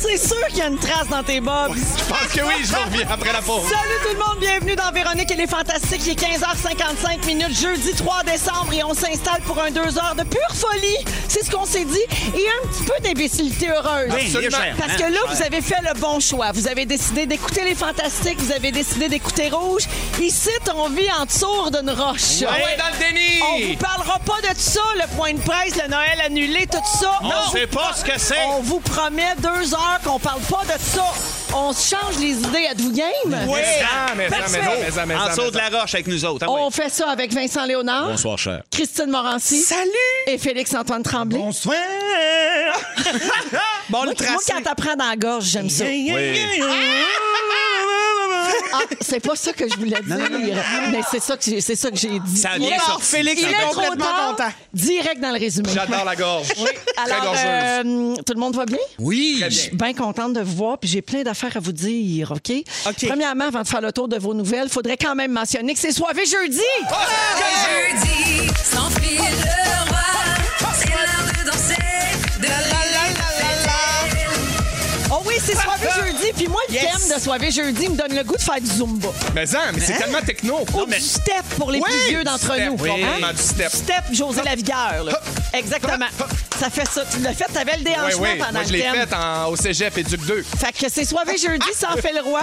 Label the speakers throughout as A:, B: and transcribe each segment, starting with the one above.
A: C'est sûr qu'il y a une trace dans tes bobs.
B: Je pense que oui, je vous reviens après la pause.
A: Salut tout le monde, bienvenue dans Véronique et les Fantastiques. Il est 15h55 minutes, jeudi 3 décembre, et on s'installe pour un 2 heures de pure folie. C'est ce qu'on s'est dit. Et un petit peu d'imbécilité heureuse.
B: Oui, Absolument. Ben, bien Hein? cher,
A: Parce que là, vous avez fait le bon choix. Vous avez décidé d'écouter les Fantastiques, vous avez décidé d'écouter Rouge. Ici, on vit en dessous d'une roche.
B: Ah ouais, dans le
A: On
C: Oh.
A: vous
B: déni!
A: parlera pas de ça, le point de presse, le Noël annulé, tout ça.
B: On
A: Non.
B: sait pas ce que c'est.
D: Oh,
A: On vous promet deux heures qu'on parle pas de ça. On se change les idées. Êtes-vous game?
B: Oui!
C: mais ça, mais ça, mais ça, mais ça,
B: En
C: mais
B: saut
C: ça.
B: de la roche avec nous autres. hein,
D: Oh.
B: oui.
A: On fait ça avec Vincent Léonard,
B: Bonsoir, cher.
A: Christine Morancy
C: Salut!
A: et Félix-Antoine Tremblay.
C: Bonsoir! bon, le
A: moi, moi,
C: tracé.
A: quand t'apprends dans la gorge, j'aime ça. Ah, c'est pas ça que je voulais dire, mais c'est ça que j'ai, c'est ça que j'ai dit.
B: Ça a
A: Il
B: bien
A: est-
B: sorti.
C: Félix
A: il
C: est
A: est trop
C: Ben, complètement
A: tard,
C: content.
A: Direct dans le résumé.
B: J'adore la gorge. Très
A: Alors,
B: gorgeuse.
A: euh, tout le monde va bien?
C: Oui!
B: Très bien.
A: Je suis bien contente de vous voir, puis j'ai plein d'affaires à vous dire, OK?
C: OK.
A: Premièrement, avant de faire le tour de vos nouvelles, faudrait quand même mentionner que c'est soirée jeudi!
C: Ah!
E: Jeudi, sans fil le roi, c'est l'heure de danser, de
A: Oh oui, c'est soirée jeudi, puis moi, le
C: Ah! Yes.
A: thème de soirée jeudi me donne le goût de faire du Zumba.
C: Mais ça, mais c'est tellement techno.
A: Ou du step pour les
C: Oui,
A: plus vieux d'entre
C: step,
A: nous.
C: oui, vraiment du step.
A: Step José Lavigueur, là.
C: Hop.
A: Exactement.
C: Hop.
A: Ça fait ça. Tu l'as fait, t'avais le
C: Oui,
A: déhanchement
C: oui.
A: pendant
C: Moi, je
A: le
C: l'ai
A: thème.
C: faite en- au cégep et Duc 2.
A: Fait que c'est soirée jeudi, ça en fait le roi.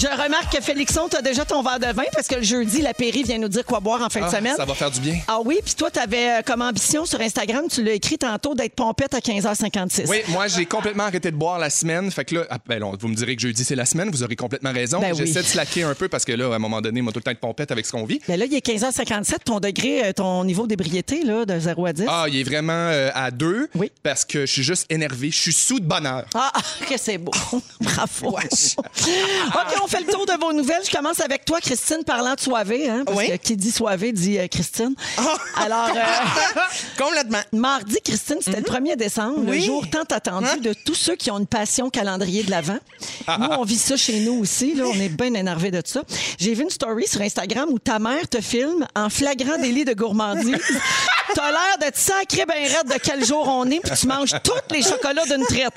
A: Je remarque que Félixon, t'as déjà ton verre de vin parce que le jeudi, la Péri vient nous dire quoi boire en fin
C: Ah,
A: de semaine.
C: ça va faire du bien.
A: Ah oui, puis toi, t'avais euh, comme ambition sur Instagram, tu l'as écrit tantôt, d'être pompette à 15h56.
C: Oui, moi, j'ai complètement arrêté de boire la semaine. Fait que là, ah, ben, là, vous me direz que jeudi, c'est la semaine. Vous aurez complètement raison.
A: Ben oui.
C: J'essaie de slacker un peu parce que là, à un moment donné, moi, tout le temps de pompette avec ce qu'on vit.
A: Mais Ben là, il est 15h57, ton degré, euh, ton niveau d'ébriété, là, de 0 à 10.
C: Ah, il est vraiment euh, à deux
A: Oui.
C: parce que je suis juste énervé. Je suis sous de bonheur.
A: Ah, ah, que c'est beau. Bravo. OK, on fait le tour de vos nouvelles. Je commence avec toi, Christine, parlant de soivée. Hein, parce
F: Oui.
A: que qui dit soivée dit euh, Christine.
C: Ah.
A: Alors, euh,
F: Complètement.
A: mardi, Christine, c'était le 1er décembre, le
F: Mhm. Oui. Hein?
A: jour tant attendu de tous ceux qui ont une passion calendrier de l'Avent.
F: Ah,
A: Nous, on vit ça chez nous aussi. Là, on est bien énervés de ça. J'ai vu une story sur Instagram où ta mère te filme en flagrant délit de gourmandise. T'as l'air de te sacrer ben raide de quel jour on est, puis tu manges tous les chocolats d'une traite.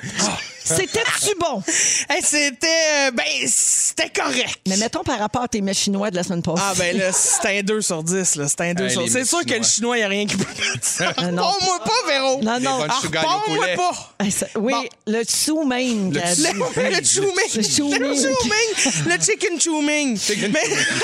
A: C'était-tu bon?
F: Hey, c'était. euh, Ben, c'était correct.
A: Mais mettons par rapport à tes mets chinois de la semaine passée.
F: Ah, ben là, c'était un 2 sur 10. là. C'était un 2
C: Hey,
F: sur
C: Euh, les
F: 10. C'est sûr
C: Chinois.
F: que le chinois, il n'y a rien qui peut faire ça.
A: Ah, non.
F: Parle-moi pas, Véro.
A: Non, non.
C: Les bonnes
F: Ah,
C: chougailles au
F: parle-moi
C: poulet.
F: pas.
A: Ah, ça- oui, le sou même. qu'elle dit.
F: Le, le chouming.
A: Le chouming.
F: Le chouming. Le chicken chouming. Mais,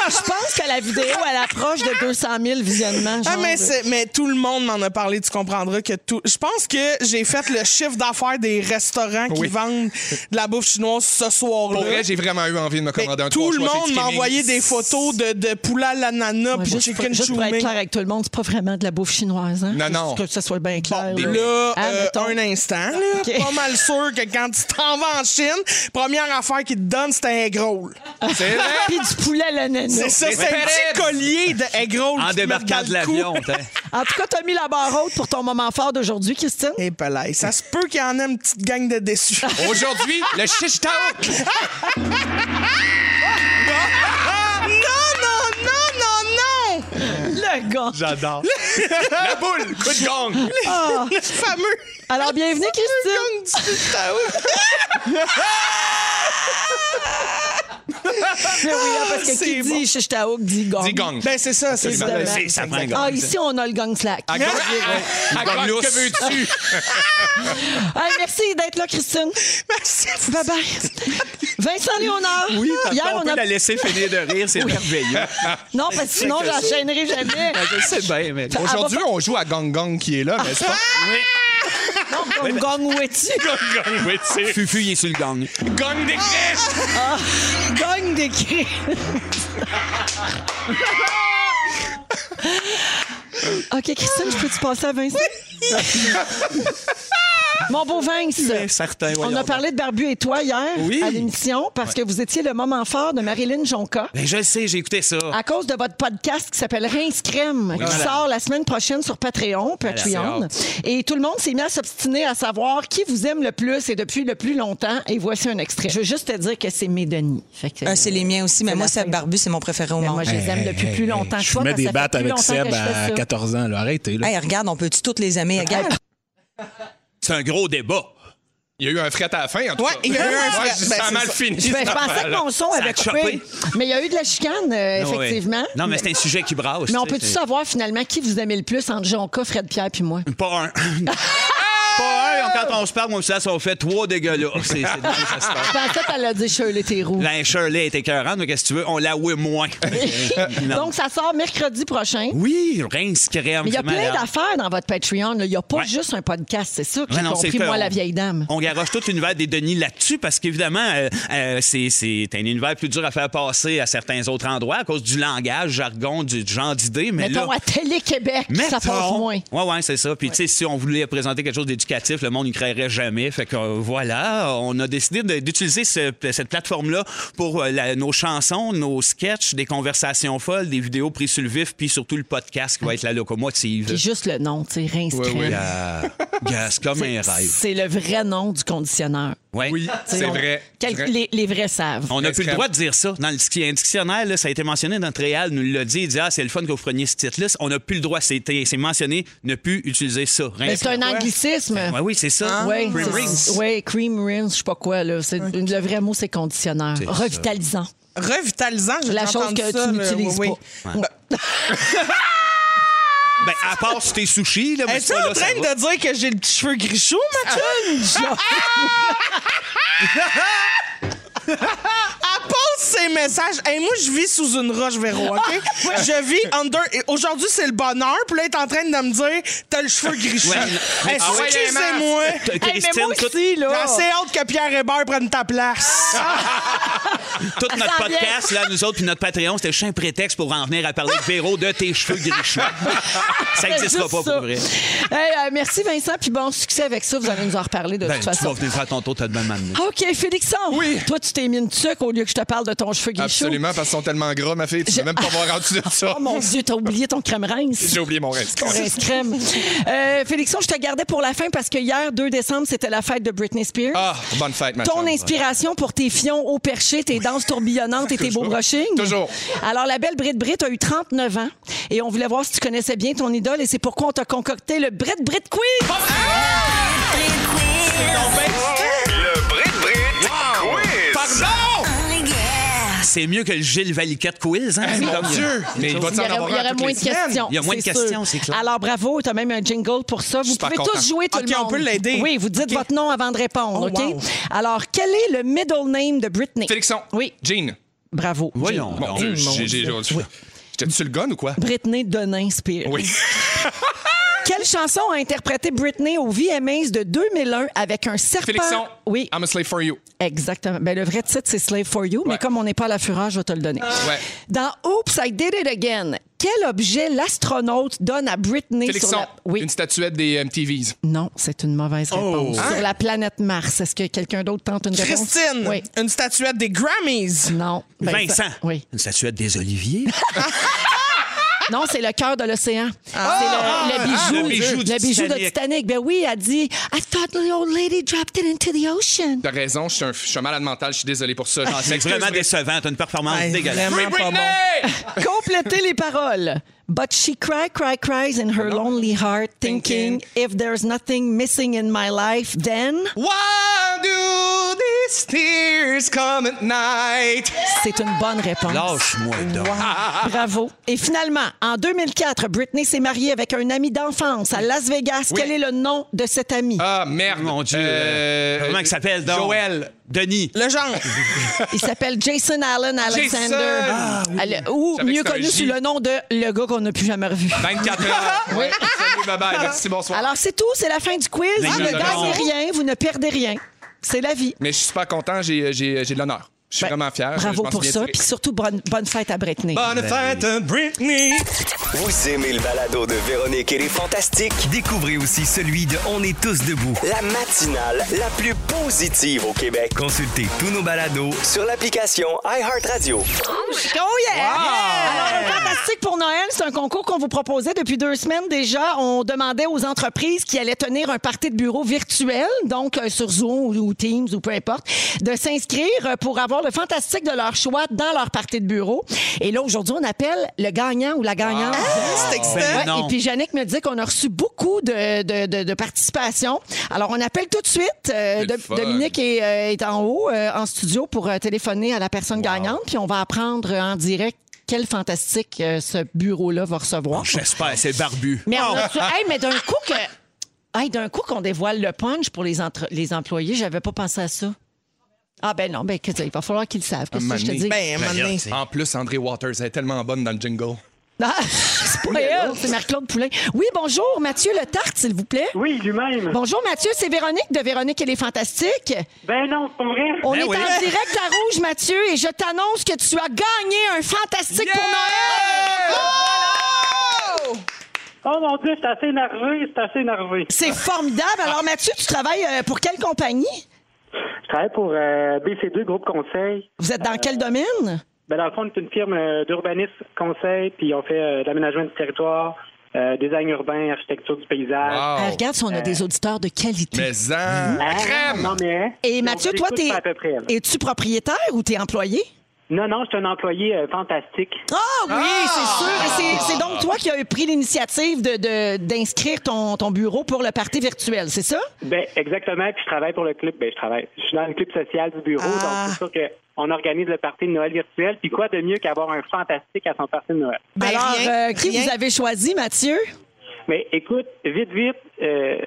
A: Ah, Je pense que la vidéo, elle approche de 200 000 visionnements.
F: ah,
A: genre
F: mais,
A: de-
F: c'est- mais tout le monde m'en a parlé. Tu comprendras que tout. Je pense que j'ai fait le chiffre d'affaires des restaurants qui
C: Oui.
F: vendent de la bouffe chinoise ce soir-là.
C: Pour vrai, j'ai vraiment eu envie de me
F: Mais
C: commander un
F: Ben, tout
C: trois
F: le
C: choix chez
F: monde m'a
C: Tiki Ming.
F: envoyé des photos de, de poulet à l'ananas
A: Ouais,
F: puis
A: juste, pour,
F: chicken
A: juste pour être
F: chouming.
A: clair avec tout le monde, c'est pas vraiment de la bouffe chinoise. Hein?
C: Non, non.
A: Juste Que ça soit bien clair.
F: Bon,
A: là.
F: là,
A: Ah,
F: euh,
A: mettons.
F: un instant, là,
A: OK.
F: pas mal sûr que quand tu t'en vas en Chine, première affaire qu'ils te donnent, c'est un egg roll.
C: C'est vrai.
A: Puis du poulet à l'ananas.
F: C'est ça, c'est un petit collier de egg roll.
B: En
F: qu'ils te mettent
B: débarquant
F: dans
B: de
F: le cou.
B: l'avion, t'es.
A: En tout cas, t'as mis la barre haute pour ton moment fort d'aujourd'hui, Christine.
F: Eh, palais, ça se peut qu'il y en ait une petite gang de déçus.
C: Aujourd'hui, le shish talk.
F: non, non, non, non, non!
A: Le gars.
C: J'adore. La boule, coup de gong.
F: Le fameux
A: Alors, bienvenue, Christine.
F: gang du Sud-Taou.
A: Mais oui, hein, parce que
F: Ah, C'est
A: qui
F: bon.
A: dit chichtaouk dit gong.
C: Dis gong.
F: Ben, c'est ça, c'est ça.
A: Absolument.
B: C'est- Ça prend un gars.
A: Ah, ici, on a le gang slack.
F: Ah,
C: À gong, à gong,
B: Gong
C: que
B: lousse.
C: veux-tu?
A: Hey, Ah, merci d'être là, Christine.
F: Merci.
A: Bye bye. Vincent Léonard.
B: Oui, parce
A: Hier,
B: qu'on
A: on
B: peut
A: a-
B: la laisser finir de rire, c'est merveilleux.
A: Non, parce que sinon,
B: que ça.
A: j'enchaînerai jamais.
B: Ben, Je sais bien, mais...
C: Aujourd'hui, on joue à Gang Gang qui est là, mais c'est pas.
A: Ah! Gong, gong, où es-tu?
B: Gang, oui, tu sais. Fufu, il est sur le gang.
C: Gang des crèches!
A: Ah, Gagne des cris. OK, Christine, je peux-tu passer à Vincent? Mon beau Vince,
D: Certain,
A: on
D: voyons
A: a
D: donc.
A: parlé de Barbu et toi hier
D: Oui.
A: à l'émission parce que vous étiez le moment fort de Marilyn Jonca.
D: Ben, je le sais, j'ai écouté ça.
A: À cause de votre podcast qui s'appelle Rince Crème, qui
D: madame. Ah,
A: sort la semaine prochaine sur Patreon, Patreon. Et tout le monde s'est mis à s'obstiner à savoir qui vous aime le plus et depuis le plus longtemps. Et voici un extrait. Je veux juste te dire que c'est mes Denis. Fait que-
D: Ah,
G: Euh, c'est les miens aussi, mais
A: C'est
G: moi,
A: la
G: cette
A: fin.
G: barbu, c'est mon préféré au
A: Mais moi,
G: monde.
A: je les aime depuis plus longtemps. que
D: Je
A: toi,
D: mets
A: parce
D: des
A: que ça
D: battes
A: fait plus
D: avec
A: longtemps que
D: Seb
A: je fais
D: à
A: ça.
D: 14 ans. Là. Arrêtez. Là.
G: Hey, regarde, on peut-tu toutes les aimer? Regarde.
B: C'est un gros débat.
C: Il y a eu un fret à la fin, en tout
F: Ouais,
C: cas.
F: il y a eu un fret.
C: Ouais,
F: Ben,
C: ça a
F: c'est
C: mal
F: ça.
C: fini.
A: Je, je pensais que mon son
D: Ça a
A: avait
D: chopé.
A: coupé. Mais il y a eu de la chicane, euh,
D: Non, ouais.
A: effectivement.
D: Non, mais c'est un sujet qui brasse.
A: Mais on
D: tu sais,
A: peut-tu
D: c'est-
A: savoir finalement qui vous aimez le plus entre Jonca, Fred Pierre puis moi?
D: Pas un. Pas un. Quand on se parle, moi, ça, on fait trois dégueulas. C'est c'est de même que ça se passe.
A: Je pensais que t'allais dire Shirley Theroux.
D: La Shirley est écœurante, mais qu'est-ce que tu veux? On la oué moins. Non.
A: Donc, ça sort mercredi prochain.
D: Oui, Rince crème.
A: Mais il y a
D: c'est
A: plein
D: malade.
A: d'affaires dans votre Patreon. là. Il n'y a pas
D: Ouais.
A: juste un podcast, c'est ça, qui
D: Ouais, non,
A: compris
D: c'est fait.
A: moi,
D: On-
A: la vieille dame.
D: On garoche tout l'univers des Denis là-dessus parce qu'évidemment, euh, euh, c'est c'est un univers plus dur à faire passer à certains autres endroits à cause du langage, jargon, du du genre d'idées. Mais
A: Mettons
D: là,
A: à Télé-Québec, ça passe
D: mettons-
A: moins.
D: Ouais, ouais, c'est ça. Puis, tu sais, si on voulait présenter quelque chose d'éducatif, le monde n'y créerait jamais. Fait que euh, voilà, on a décidé de- d'utiliser ce- cette plateforme-là pour euh, la- nos chansons, nos sketchs, des conversations folles, des vidéos prises sur le vif, puis surtout le podcast qui va être la
A: Puis
D: locomotive.
A: juste le nom, tu sais, Rince Crème.
D: Euh, gars, c'est comme un rêve.
A: C'est le vrai nom du conditionneur.
D: Ouais.
C: Oui,
A: Tu sais,
C: c'est
A: on-
C: vrai.
A: quel-
C: Vrai.
A: les, les vrais savent.
D: On n'a plus le
C: Extrême.
D: droit de dire ça. Dans le dic- un dictionnaire, là, ça a été mentionné, notre réal nous l'a dit, il dit Ah, c'est le fun que vous preniez ce titre-là. On n'a plus le droit, c'était- c'est mentionné, ne plus utiliser ça. Rien
A: Mais Ben, c'est un anglicisme.
D: Ouais, Ben oui, c'est ça.
A: Oui,
D: Cream rings.
A: cream rinse, je sais pas quoi. Là. C'est- Le vrai mot, c'est conditionneur.
D: C'est ça.
A: Revitalisant.
F: Revitalisant, j'ai
A: La
F: déjà
A: chose
F: entendu
A: que
F: ça,
A: tu
F: mais
A: n'utilises
F: oui, oui.
A: pas.
D: Ben, à part sur tes sushis, là, mais
F: Es-tu
D: ça,
F: Eh, en
D: là,
F: train
D: ça va. Ah.
F: de dire que j'ai le petit cheveu gris chaud, Mathieu? Ah. Elle pose ses messages. Hey, moi, je vis sous une roche, Véro, OK?
D: Ah,
F: Je vis under... et Aujourd'hui, c'est le bonheur, puis là, elle est en train de me dire « T'as le cheveu gris chaud
D: Ouais.
F: Hey,
D: Ah ouais,
F: Excusez-moi,
D: T-
A: Hey, mais
D: Christine,
A: moi
D: tout,
A: aussi,
F: j'ai
A: là.
F: assez hâte que Pierre Hébert prenne ta
D: Ah.
F: place.
D: tout notre
A: Ça vient.
D: podcast, là, nous autres, puis notre Patreon, c'était juste un prétexte pour en venir à parler de Véro, de tes cheveux grichons. ça n'existera
A: Ben, Juste
D: pas
A: ça.
D: pour vrai. Ben,
A: Hey, euh, merci, Vincent. Puis bon succès avec ça. Vous allez nous en reparler de
D: Ben,
A: toute
D: tu vas
A: façon.
D: venir faire ton tour, t'as de même amené.
A: OK, Félixon. Toi, tu t'es mis une tuque au lieu que je te parle de ton cheveu gris chaud.
C: Absolument, parce qu'ils sont tellement gras, ma fille. Tu ne peux même pas voir en dessous de ça.
A: Oh mon Dieu, t'as oublié ton crème rince.
C: J'ai oublié mon reste.
A: Ton rince crème. Euh, Félixon, je te gardais pour la fin parce que hier, 2 décembre, c'était la fête de Britney Spears.
C: Ah, bonne fête, ma
A: Ton
C: chum.
A: inspiration pour tes fions au perché, tes danses tourbillonnantes et tes beaux brushings.
C: Toujours.
A: Alors, la belle Brit Brit a eu 39 ans et on voulait voir si tu connaissais bien ton idole et c'est pourquoi on t'a concocté le Brit Brit Quiz.
H: Le Brit Brit Quiz.
D: C'est mieux que le Gilles Valiquette quiz,
A: Ben,
D: hein? c'est
C: Mon
D: comme-
C: Dieu! Mais il va
A: Il y
C: t'en
A: aurait,
C: avoir
A: il y
C: un
A: aurait
C: toutes
A: moins
C: les
A: de
C: semaines.
A: questions.
D: Il y a moins de
A: c'est
D: questions,
A: sûr.
D: c'est clair.
A: Alors, bravo, tu as même un jingle pour ça. Vous
C: super
A: pouvez
C: content.
A: tous jouer tout
F: OK,
A: le
F: on
A: monde.
F: peut l'aider.
A: Oui, vous dites votre nom avant de répondre,
F: Oh,
A: OK?
F: wow.
A: Alors, quel est le middle name de Britney?
C: Félixon.
A: Oui.
C: Jean.
A: Bravo.
D: Voyons.
C: Mon
D: donc.
C: Dieu, j'ai- j'ai- j'ai- J'étais sur le gun ou quoi?
A: Britney Denain Spears.
C: Oui.
A: Quelle chanson a interprété Britney au VMAs de 2001 avec un serpent?
C: Félixon.
A: Oui,
C: I'm a slave for you.
A: exactement. Ben, le vrai titre, c'est Slave for You, mais
C: Ouais.
A: comme on n'est pas à la fureur, je vais te le donner.
C: Ouais.
A: Dans Oops, I Did It Again, quel objet l'astronaute donne à Britney sur
C: Félixon.
A: la... Oui.
C: Une statuette des euh, MTVs.
A: Non, c'est une mauvaise réponse. Sur la planète Mars, est-ce que quelqu'un d'autre tente une réponse?
F: Christine,
A: Oui.
F: une statuette des Grammys.
A: Non. Ben,
D: Vincent,
A: ça- Oui.
D: une statuette des Oliviers.
A: Non, c'est le cœur de l'océan. c'est le, le bijou,
D: Ah! le bijou du
A: de
D: Titanic.
A: Titanic. Ben oui, elle dit I thought the old lady dropped it into the ocean.
C: T'as raison, je suis un, je suis un malade mental, je suis désolé pour ça.
D: Ah, c'est vraiment décevant. T'as une performance
A: Ben,
F: Hey,
D: dégueulasse.
F: vraiment pas bon.
A: Complétez les paroles. But she cry, cry, cries in her lonely heart, thinking, if there's nothing missing in my life, then
C: Why do these tears come at night?
A: c'est une bonne réponse.
D: Lâche-moi donc. Ah,
A: Bravo. Et finalement, en 2004, Britney s'est mariée avec un ami d'enfance à Las Vegas. Quel est le nom de cet
D: Euh,
A: ami?
C: Ah, merde.
D: Mon Dieu.
C: Euh,
D: Comment il s'appelle donc?
C: Joël.
D: Denis.
F: Le genre.
A: Il s'appelle Jason Allen Alexander.
C: Jason! Ah,
A: Elle- ou
C: savais que
A: mieux
C: c'était un
A: connu
C: J. Ben,
A: sous le nom de le gars qu'on n'a plus jamais revu.
C: 24 heures. Oui. Salut, bye bye. Merci, bonsoir.
A: Alors, c'est tout. C'est la fin du quiz.
C: Ben,
D: Les
A: Vous ne
D: gens
A: gagnez
D: de
A: rien, vous ne perdez rien. C'est la vie.
C: Mais je suis super content, j'ai j'ai- j'ai de l'honneur. Je Je suis
A: Ben,
C: vraiment fier. Je
A: Bravo
C: m'en
A: pour
C: souviens
A: ça.
C: très-
A: Puis surtout, bonne, bonne fête à Britney.
D: Ben
C: Bonne fête, Britney!
I: Vous aimez le balado de Véronique et les Fantastiques?
J: Découvrez aussi celui de On est tous debout.
I: La matinale la plus positive au Québec.
J: Consultez tous nos balados
I: Sur l'application iHeartRadio.
A: Oh yeah! Alors, le fantastique pour Noël, c'est un concours qu'on vous proposait depuis deux semaines déjà. On demandait aux entreprises qui allaient tenir un party de bureau virtuel, donc euh, sur Zoom ou Teams ou peu importe, de s'inscrire euh, pour avoir le fantastique de leur choix dans leur party de bureau. Et là, aujourd'hui, on appelle le gagnant ou la gagnante.
D: Ah,
F: c'est excitant.
A: Ouais,
D: non.
A: et puis Yannick me disait qu'on a reçu beaucoup de, de, de- de participation. Alors, on appelle tout de suite. Euh,
C: C'est le
A: Do-
C: fun.
A: Dominique est, euh, est en haut, euh, en studio, pour euh, téléphoner à la personne gagnante. Puis on va apprendre euh, en direct quel fantastique euh, ce bureau-là va recevoir.
D: J'espère, c'est barbu.
A: Mais, on a- Hey, mais d'un coup que... Hey, d'un coup qu'on dévoile le punch pour les, entre- les employés, j'avais pas pensé à ça. Ah ben non, ben qu'est-ce que- il va falloir qu'ils le savent. Qu'est-ce que je te
C: moment
A: dis?
F: Ben, à un moment donné,
C: En plus, André Waters, elle est tellement bonne dans le jingle.
A: Ah, c'est pas elle, c'est Marie-Claude Poulain. Oui, bonjour, Mathieu Le Tarte, s'il vous plaît.
K: Oui, lui-même.
A: Bonjour Mathieu, c'est Véronique de Véronique et les Fantastiques.
K: Ben non, c'est pas vrai.
A: On
D: Ben
A: est
D: oui.
A: en direct à Rouge, Mathieu, et je t'annonce que tu as gagné un fantastique pour Noël.
K: Oh mon Dieu, c'est assez énervé, c'est assez énervé.
A: C'est formidable.
D: Ah.
A: Alors Mathieu, tu travailles euh, pour quelle compagnie?
K: Je travaille pour euh, BC2 Groupe Conseil.
A: Vous êtes dans quel domaine?
D: Oh.
K: Ben dans le fond, on est une firme euh, d'urbanisme conseil, puis on fait euh, de l'aménagement du territoire, euh, design urbain, architecture du paysage.
A: Ah,
C: Wow!
A: regarde si on
D: Euh.
A: a des auditeurs de qualité.
C: Mais en...
K: Ah,
C: crème!
K: Non, mais.
A: Et
K: on
A: Mathieu,
K: vous
A: toi,
K: écoute
A: t'es
K: à peu près.
A: es-tu propriétaire ou t'es employé?
K: Non, non, je suis un employé euh, fantastique.
A: Ah oui, c'est sûr. Et c'est- C'est donc toi qui as pris l'initiative de- de- d'inscrire ton, ton bureau pour le party virtuel, c'est ça?
K: Ben, exactement. Puis je travaille pour le club. Ben, je travaille. Je suis dans le club social du bureau.
A: Ah.
K: Donc, c'est sûr que on organise le party de Noël virtuel. Puis quoi de mieux qu'avoir un fantastique à son party de Noël?
F: Ben,
A: Alors,
F: rien,
A: euh, qui
F: rien.
A: vous avez choisi, Mathieu?
K: Mais écoute, vite, vite, euh,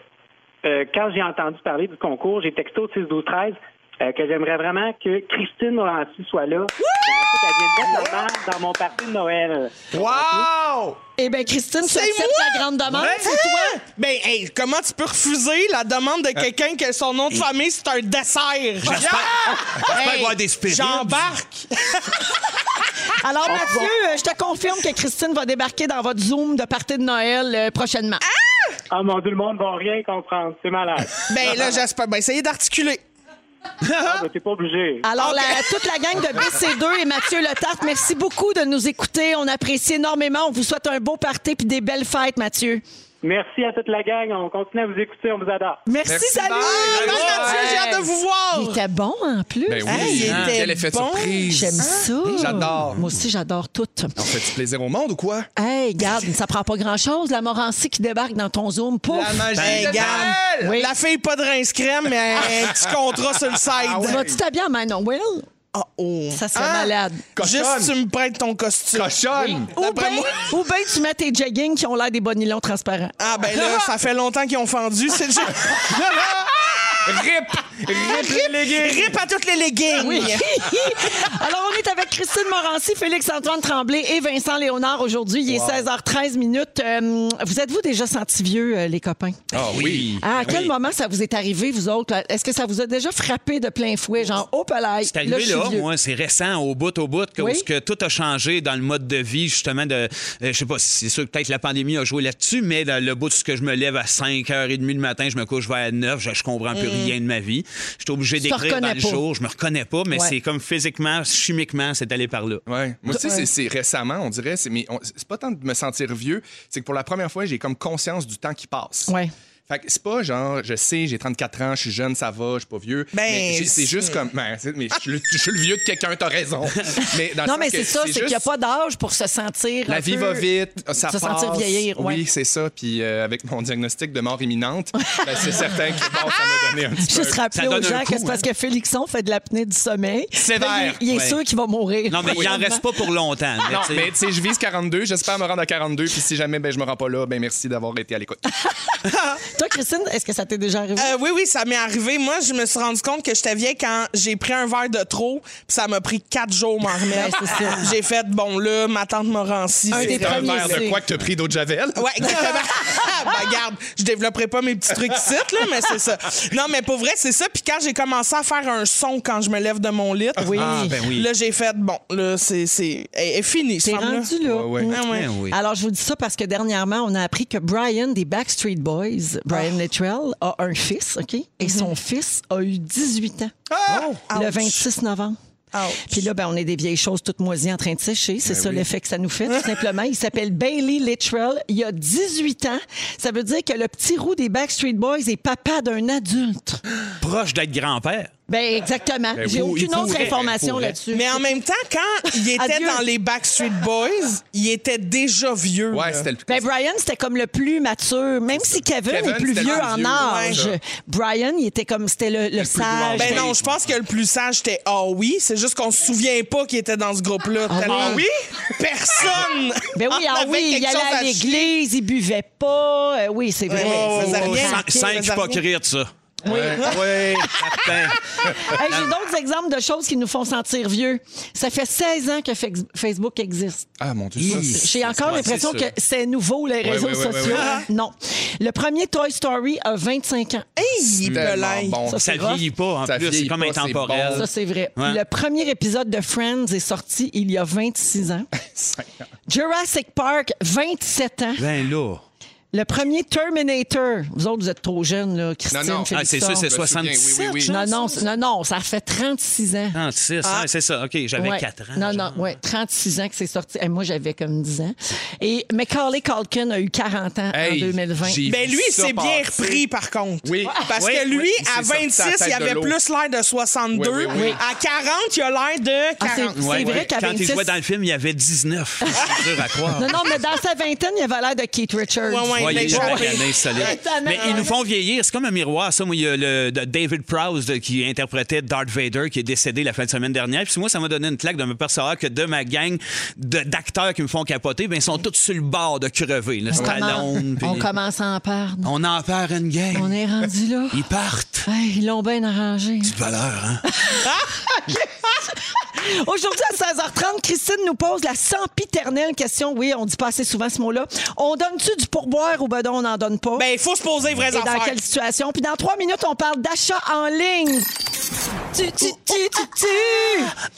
K: euh, quand j'ai entendu parler du concours, j'ai texté au 6 12 13 euh, que j'aimerais vraiment que Christine Morancy soit là. J'aimerais ça qu'elle vienne mettre la main dans mon party de Noël.
C: Wow!
A: Eh bien, Christine, tu
F: C'est
A: acceptes
F: moi!
A: la grande demande,
F: Ouais.
A: c'est toi.
F: Ben, hey, comment tu peux refuser la demande de quelqu'un que son nom de famille, c'est un dessert?
D: J'espère avoir des spirits.
F: J'embarque. Oh,
A: Alors, Mathieu, euh, je te confirme que Christine va débarquer dans votre Zoom de party de Noël euh, prochainement.
K: Ah mon Dieu, le monde va rien comprendre. C'est malade.
F: Ben là, j'espère. Ben, essayez d'articuler.
K: Ah, ben, T'es pas obligé.
A: Alors, la- toute la gang de BC2 et Mathieu Le Tarte, merci beaucoup de nous écouter. On apprécie énormément. On vous souhaite un beau party puis des belles fêtes, Mathieu.
K: Merci à toute la gang. On continue à vous écouter. On vous adore.
A: Merci,
C: Merci,
A: salut!
C: bye.
F: Ah,
C: Bye.
F: Mathieu, j'ai hâte de vous voir.
A: Il était bon en plus.
C: Ben oui,
F: Hey, il était
C: quel effet de
F: bon.
C: surprise!
A: J'aime ça.
C: J'adore.
A: Moi aussi, j'adore tout.
C: On fait-tu plaisir au monde ou quoi?
A: Hey, garde, ça prend pas grand-chose. La Morancy qui débarque dans ton Zoom, pouf!
F: Hey,
C: de
F: Gab,
C: Noël!
F: Ben, La fille, pas de rince crème, mais un petit contrat sur le side.
A: Tu vas-tu t'habiller en Man on Will?
F: Ah, oh.
A: Ça serait
F: Hein?
A: malade.
F: Juste, tu me prêtes ton costume.
C: Cochonne!
A: Ou
F: D'après
A: bien
F: moi-
A: tu mets tes joggings qui ont l'air des bonilons transparents.
F: Ah, ben là, ça fait longtemps qu'ils ont fendu. C'est juste.
C: Rip! Rip les leggings!
F: Rip à toutes les leggings.
A: Oui. Alors, on est avec Christine Morancy, Félix-Antoine Tremblay et Vincent Léonard aujourd'hui. Il est 16h13 minutes. Euh, vous êtes-vous déjà senti vieux, euh, les copains?
C: Ah oui!
A: Ah, à quel moment ça vous est arrivé, vous autres? là? Est-ce que ça vous a déjà frappé de plein fouet, genre, oh, pelaille,
D: C'est arrivé
A: je suis
D: là,
A: vieux.
D: moi, c'est récent, au bout, au bout, que,
A: Oui.
D: où ce que tout a changé dans le mode de vie, justement, de, euh, je sais pas, c'est sûr que peut-être la pandémie a joué là-dessus, mais dans le bout, ce que je me lève à 5h30 le matin, je me couche vers 9, je, je comprends plus rien de ma vie. Je suis obligé
A: Mm. te
D: d'écrire dans
A: reconnais
D: le
A: pas.
D: jour, je me reconnais pas, mais
A: Ouais.
D: c'est comme physiquement, chimiquement, c'est allé par là.
C: Ouais. Moi aussi, c'est- c'est récemment, on dirait, c'est- mais on- c'est pas tant de me sentir vieux, c'est que pour la première fois, j'ai comme conscience du temps qui passe.
A: Ouais.
C: Fait que c'est pas genre, je sais, j'ai 34 ans, je suis jeune, ça va, je suis pas vieux.
F: Ben,
C: mais j'ai- c'est juste
F: c'est-
C: comme, ben, c'est- mais je suis le- je suis le vieux de quelqu'un, t'as raison. mais dans le
A: Non,
C: sens
A: mais
C: que
A: c'est ça, c'est qu'il n'y a
C: juste-
A: pas d'âge pour se sentir. un
C: La vie
A: peu-
C: va vite, ça
A: se sentir
C: passe.
A: vieillir, ouais.
C: Oui, c'est ça. Puis euh, avec mon diagnostic de mort imminente, ben, c'est certain que bon, ça m'a donné un petit peu.
A: Juste rappeler
D: Ça
A: aux
D: donne un
A: gens
D: coup, hein.
A: que c'est parce que Félixon fait de l'apnée du sommeil.
C: Sévère.
A: Mais Il, il est
D: Ouais.
A: sûr qu'il va mourir.
D: Non, mais il en reste pas pour longtemps. mais
C: Non,
D: tu sais,
C: mais tu sais, je vise 42, j'espère me rendre à 42, puis si jamais ben, je me rends pas là, ben merci d'avoir été à l'écoute.
A: Toi, Christine, est-ce que ça t'est déjà arrivé?
F: Euh, oui, oui, ça m'est arrivé. Moi, je me suis rendu compte que j'étais vieille quand j'ai pris un verre de trop, puis ça m'a pris quatre jours m'en remettre.
C: Ben, c'est ça.
F: j'ai fait, bon, là, ma tante m'a ranci.
C: C'est un verre de quoi que t'as pris d'eau de Javel?
A: Ah
F: Ouais, exactement. ben, regarde, je développerai pas mes petits trucs ici, là, mais c'est ça. Non, mais pour vrai, c'est ça. Puis quand j'ai commencé à faire un son quand je me lève de mon lit,
A: Oui. Ah, ben oui.
F: là, j'ai fait, bon, là, c'est c'est- elle est finie,
A: T'es rendu là.
F: Ah,
D: Ben
F: ouais.
A: Alors, je vous dis ça parce que dernièrement, on a appris que Brian des Backstreet Boys, Brian
D: Ah.
A: Littrell, a un fils, OK?
D: Mhm.
A: Et son fils a eu 18 ans le
D: Ah!
F: Ouch.
A: 26 novembre. Puis là, ben, on est des vieilles choses toutes moisies en train de sécher. C'est
F: Ben
A: ça
F: oui.
A: l'effet que ça nous fait, tout simplement. Il s'appelle Bailey Littrell. Il a 18 ans. Ça veut dire que le petit roux des Backstreet Boys est papa d'un adulte.
D: Proche d'être grand-père.
A: Ben, exactement.
D: Ben,
A: J'ai
D: pour-
A: aucune
D: il
A: autre
D: pourrait, il
A: information
D: pourrait.
A: là-dessus.
F: Mais en même temps, quand il était
A: Adieu.
F: dans les Backstreet Boys, il était déjà vieux. là.
C: Ouais, c'était le-
A: Ben Brian, c'était comme le plus mature, même si Kevin,
F: Kevin,
A: est plus
F: c'était le
A: vieux
F: plus
A: en
F: vieux,
A: âge.
F: ouais.
A: Brian, il était comme c'était le, le sage.
F: Ben non, je pense que le plus sage, c'était Ah oui. C'est juste qu'on se souvient pas qu'il était dans ce groupe-là. Tellement-
A: Ah oui?
F: Personne!
A: Ben oui,
F: en
A: ah
F: avait
A: oui,
F: quelque
A: il
F: chose
A: allait à
F: chier.
A: l'église, il buvait pas. Euh, oui, c'est vrai.
D: Oh,
A: C'est
D: oh,
A: vrai.
D: cinq- Cinq hypocrites, ça.
A: Oui.
D: oui, certain.
A: Hey, J'ai d'autres exemples de choses qui nous font sentir vieux. Ça fait 16 ans que Fex- Facebook existe.
C: Ah, mon Dieu, ça, c'est-
A: J'ai encore
C: Ouais,
A: l'impression
C: c'est
A: que
C: sûr.
A: c'est nouveau, les
C: Ouais,
A: réseaux
C: ouais, ouais, ouais,
A: sociaux.
C: ouais.
A: Non. Le premier Toy Story a 25 ans.
F: Hey,
C: Tellement bon.
D: Ça
C: c'est
D: vieillit
C: rough.
D: pas, en
C: Ça
D: plus, c'est
C: vieillit
D: comme
C: pas, c'est
D: intemporel.
C: bon.
A: Ça, c'est vrai.
D: Ouais.
A: Le premier épisode de Friends est sorti il y a 26 ans. Jurassic Park, 27 ans.
D: Ben là.
A: Le premier Terminator. Vous autres, vous êtes trop jeunes, là, Christine.
D: Non, non.
A: Félix
D: Ah, c'est sûr,
A: Thorne.
D: c'est Je me souviens, oui, oui, oui.
A: 77, Non, non, c'est- non, non, ça fait 36 ans.
D: 36,
A: Ah.
D: hein, c'est ça. OK, j'avais
A: Ouais.
D: 4 ans.
A: Non, non, ouais, 36 ans que c'est sorti. Et moi, j'avais comme 10 ans. Et Macaulay Culkin a eu 40 ans
F: Hey,
A: en 2020.
F: j'ai Ben, vu lui, il ça s'est bien passer. repris, par contre.
C: Oui.
F: Parce
C: Oui,
F: que lui,
C: oui, il s'est
F: à
C: sorti la
F: 26,
C: tête
F: il
C: de
F: avait
C: l'eau.
F: plus l'air de 62.
C: Oui, oui, oui.
F: À 40, il a l'air de
A: Ah,
F: 40.
D: Ouais, ouais. Quand il jouait dans le film, il y avait 19. C'est dur à croire.
A: Non, non, mais dans sa vingtaine, il avait l'air de Keith Richards.
D: Ouais, il est magané, solide. Mais
A: hein.
D: ils nous font vieillir. C'est comme un miroir, ça. Moi, il y a le, de David Prowse de- qui interprétait Darth Vader, qui est décédé la fin de semaine dernière. Puis moi, ça m'a donné une claque de me percevoir que de ma gang de- d'acteurs qui me font capoter, ben, ils sont tous sur le bord de crever. Le
A: On
D: Stallone.
A: commence- on
D: puis-
A: commence à en perdre.
D: On en perd une gang.
A: On est rendu là.
D: Ils partent.
A: Hey, ils l'ont bien arrangé.
D: C'est de valeur, hein?
A: Aujourd'hui, à 16h30, Christine nous pose la sempiternelle question. Oui, on dit pas assez souvent ce mot-là. On donne-tu du pourboire ou ben non, on n'en donne pas?
F: Ben, il faut se poser les vraies
A: Et dans
F: affaires.
A: quelle situation? Puis dans trois minutes, on parle d'achat en ligne. Tu, tu, tu, tu, tu.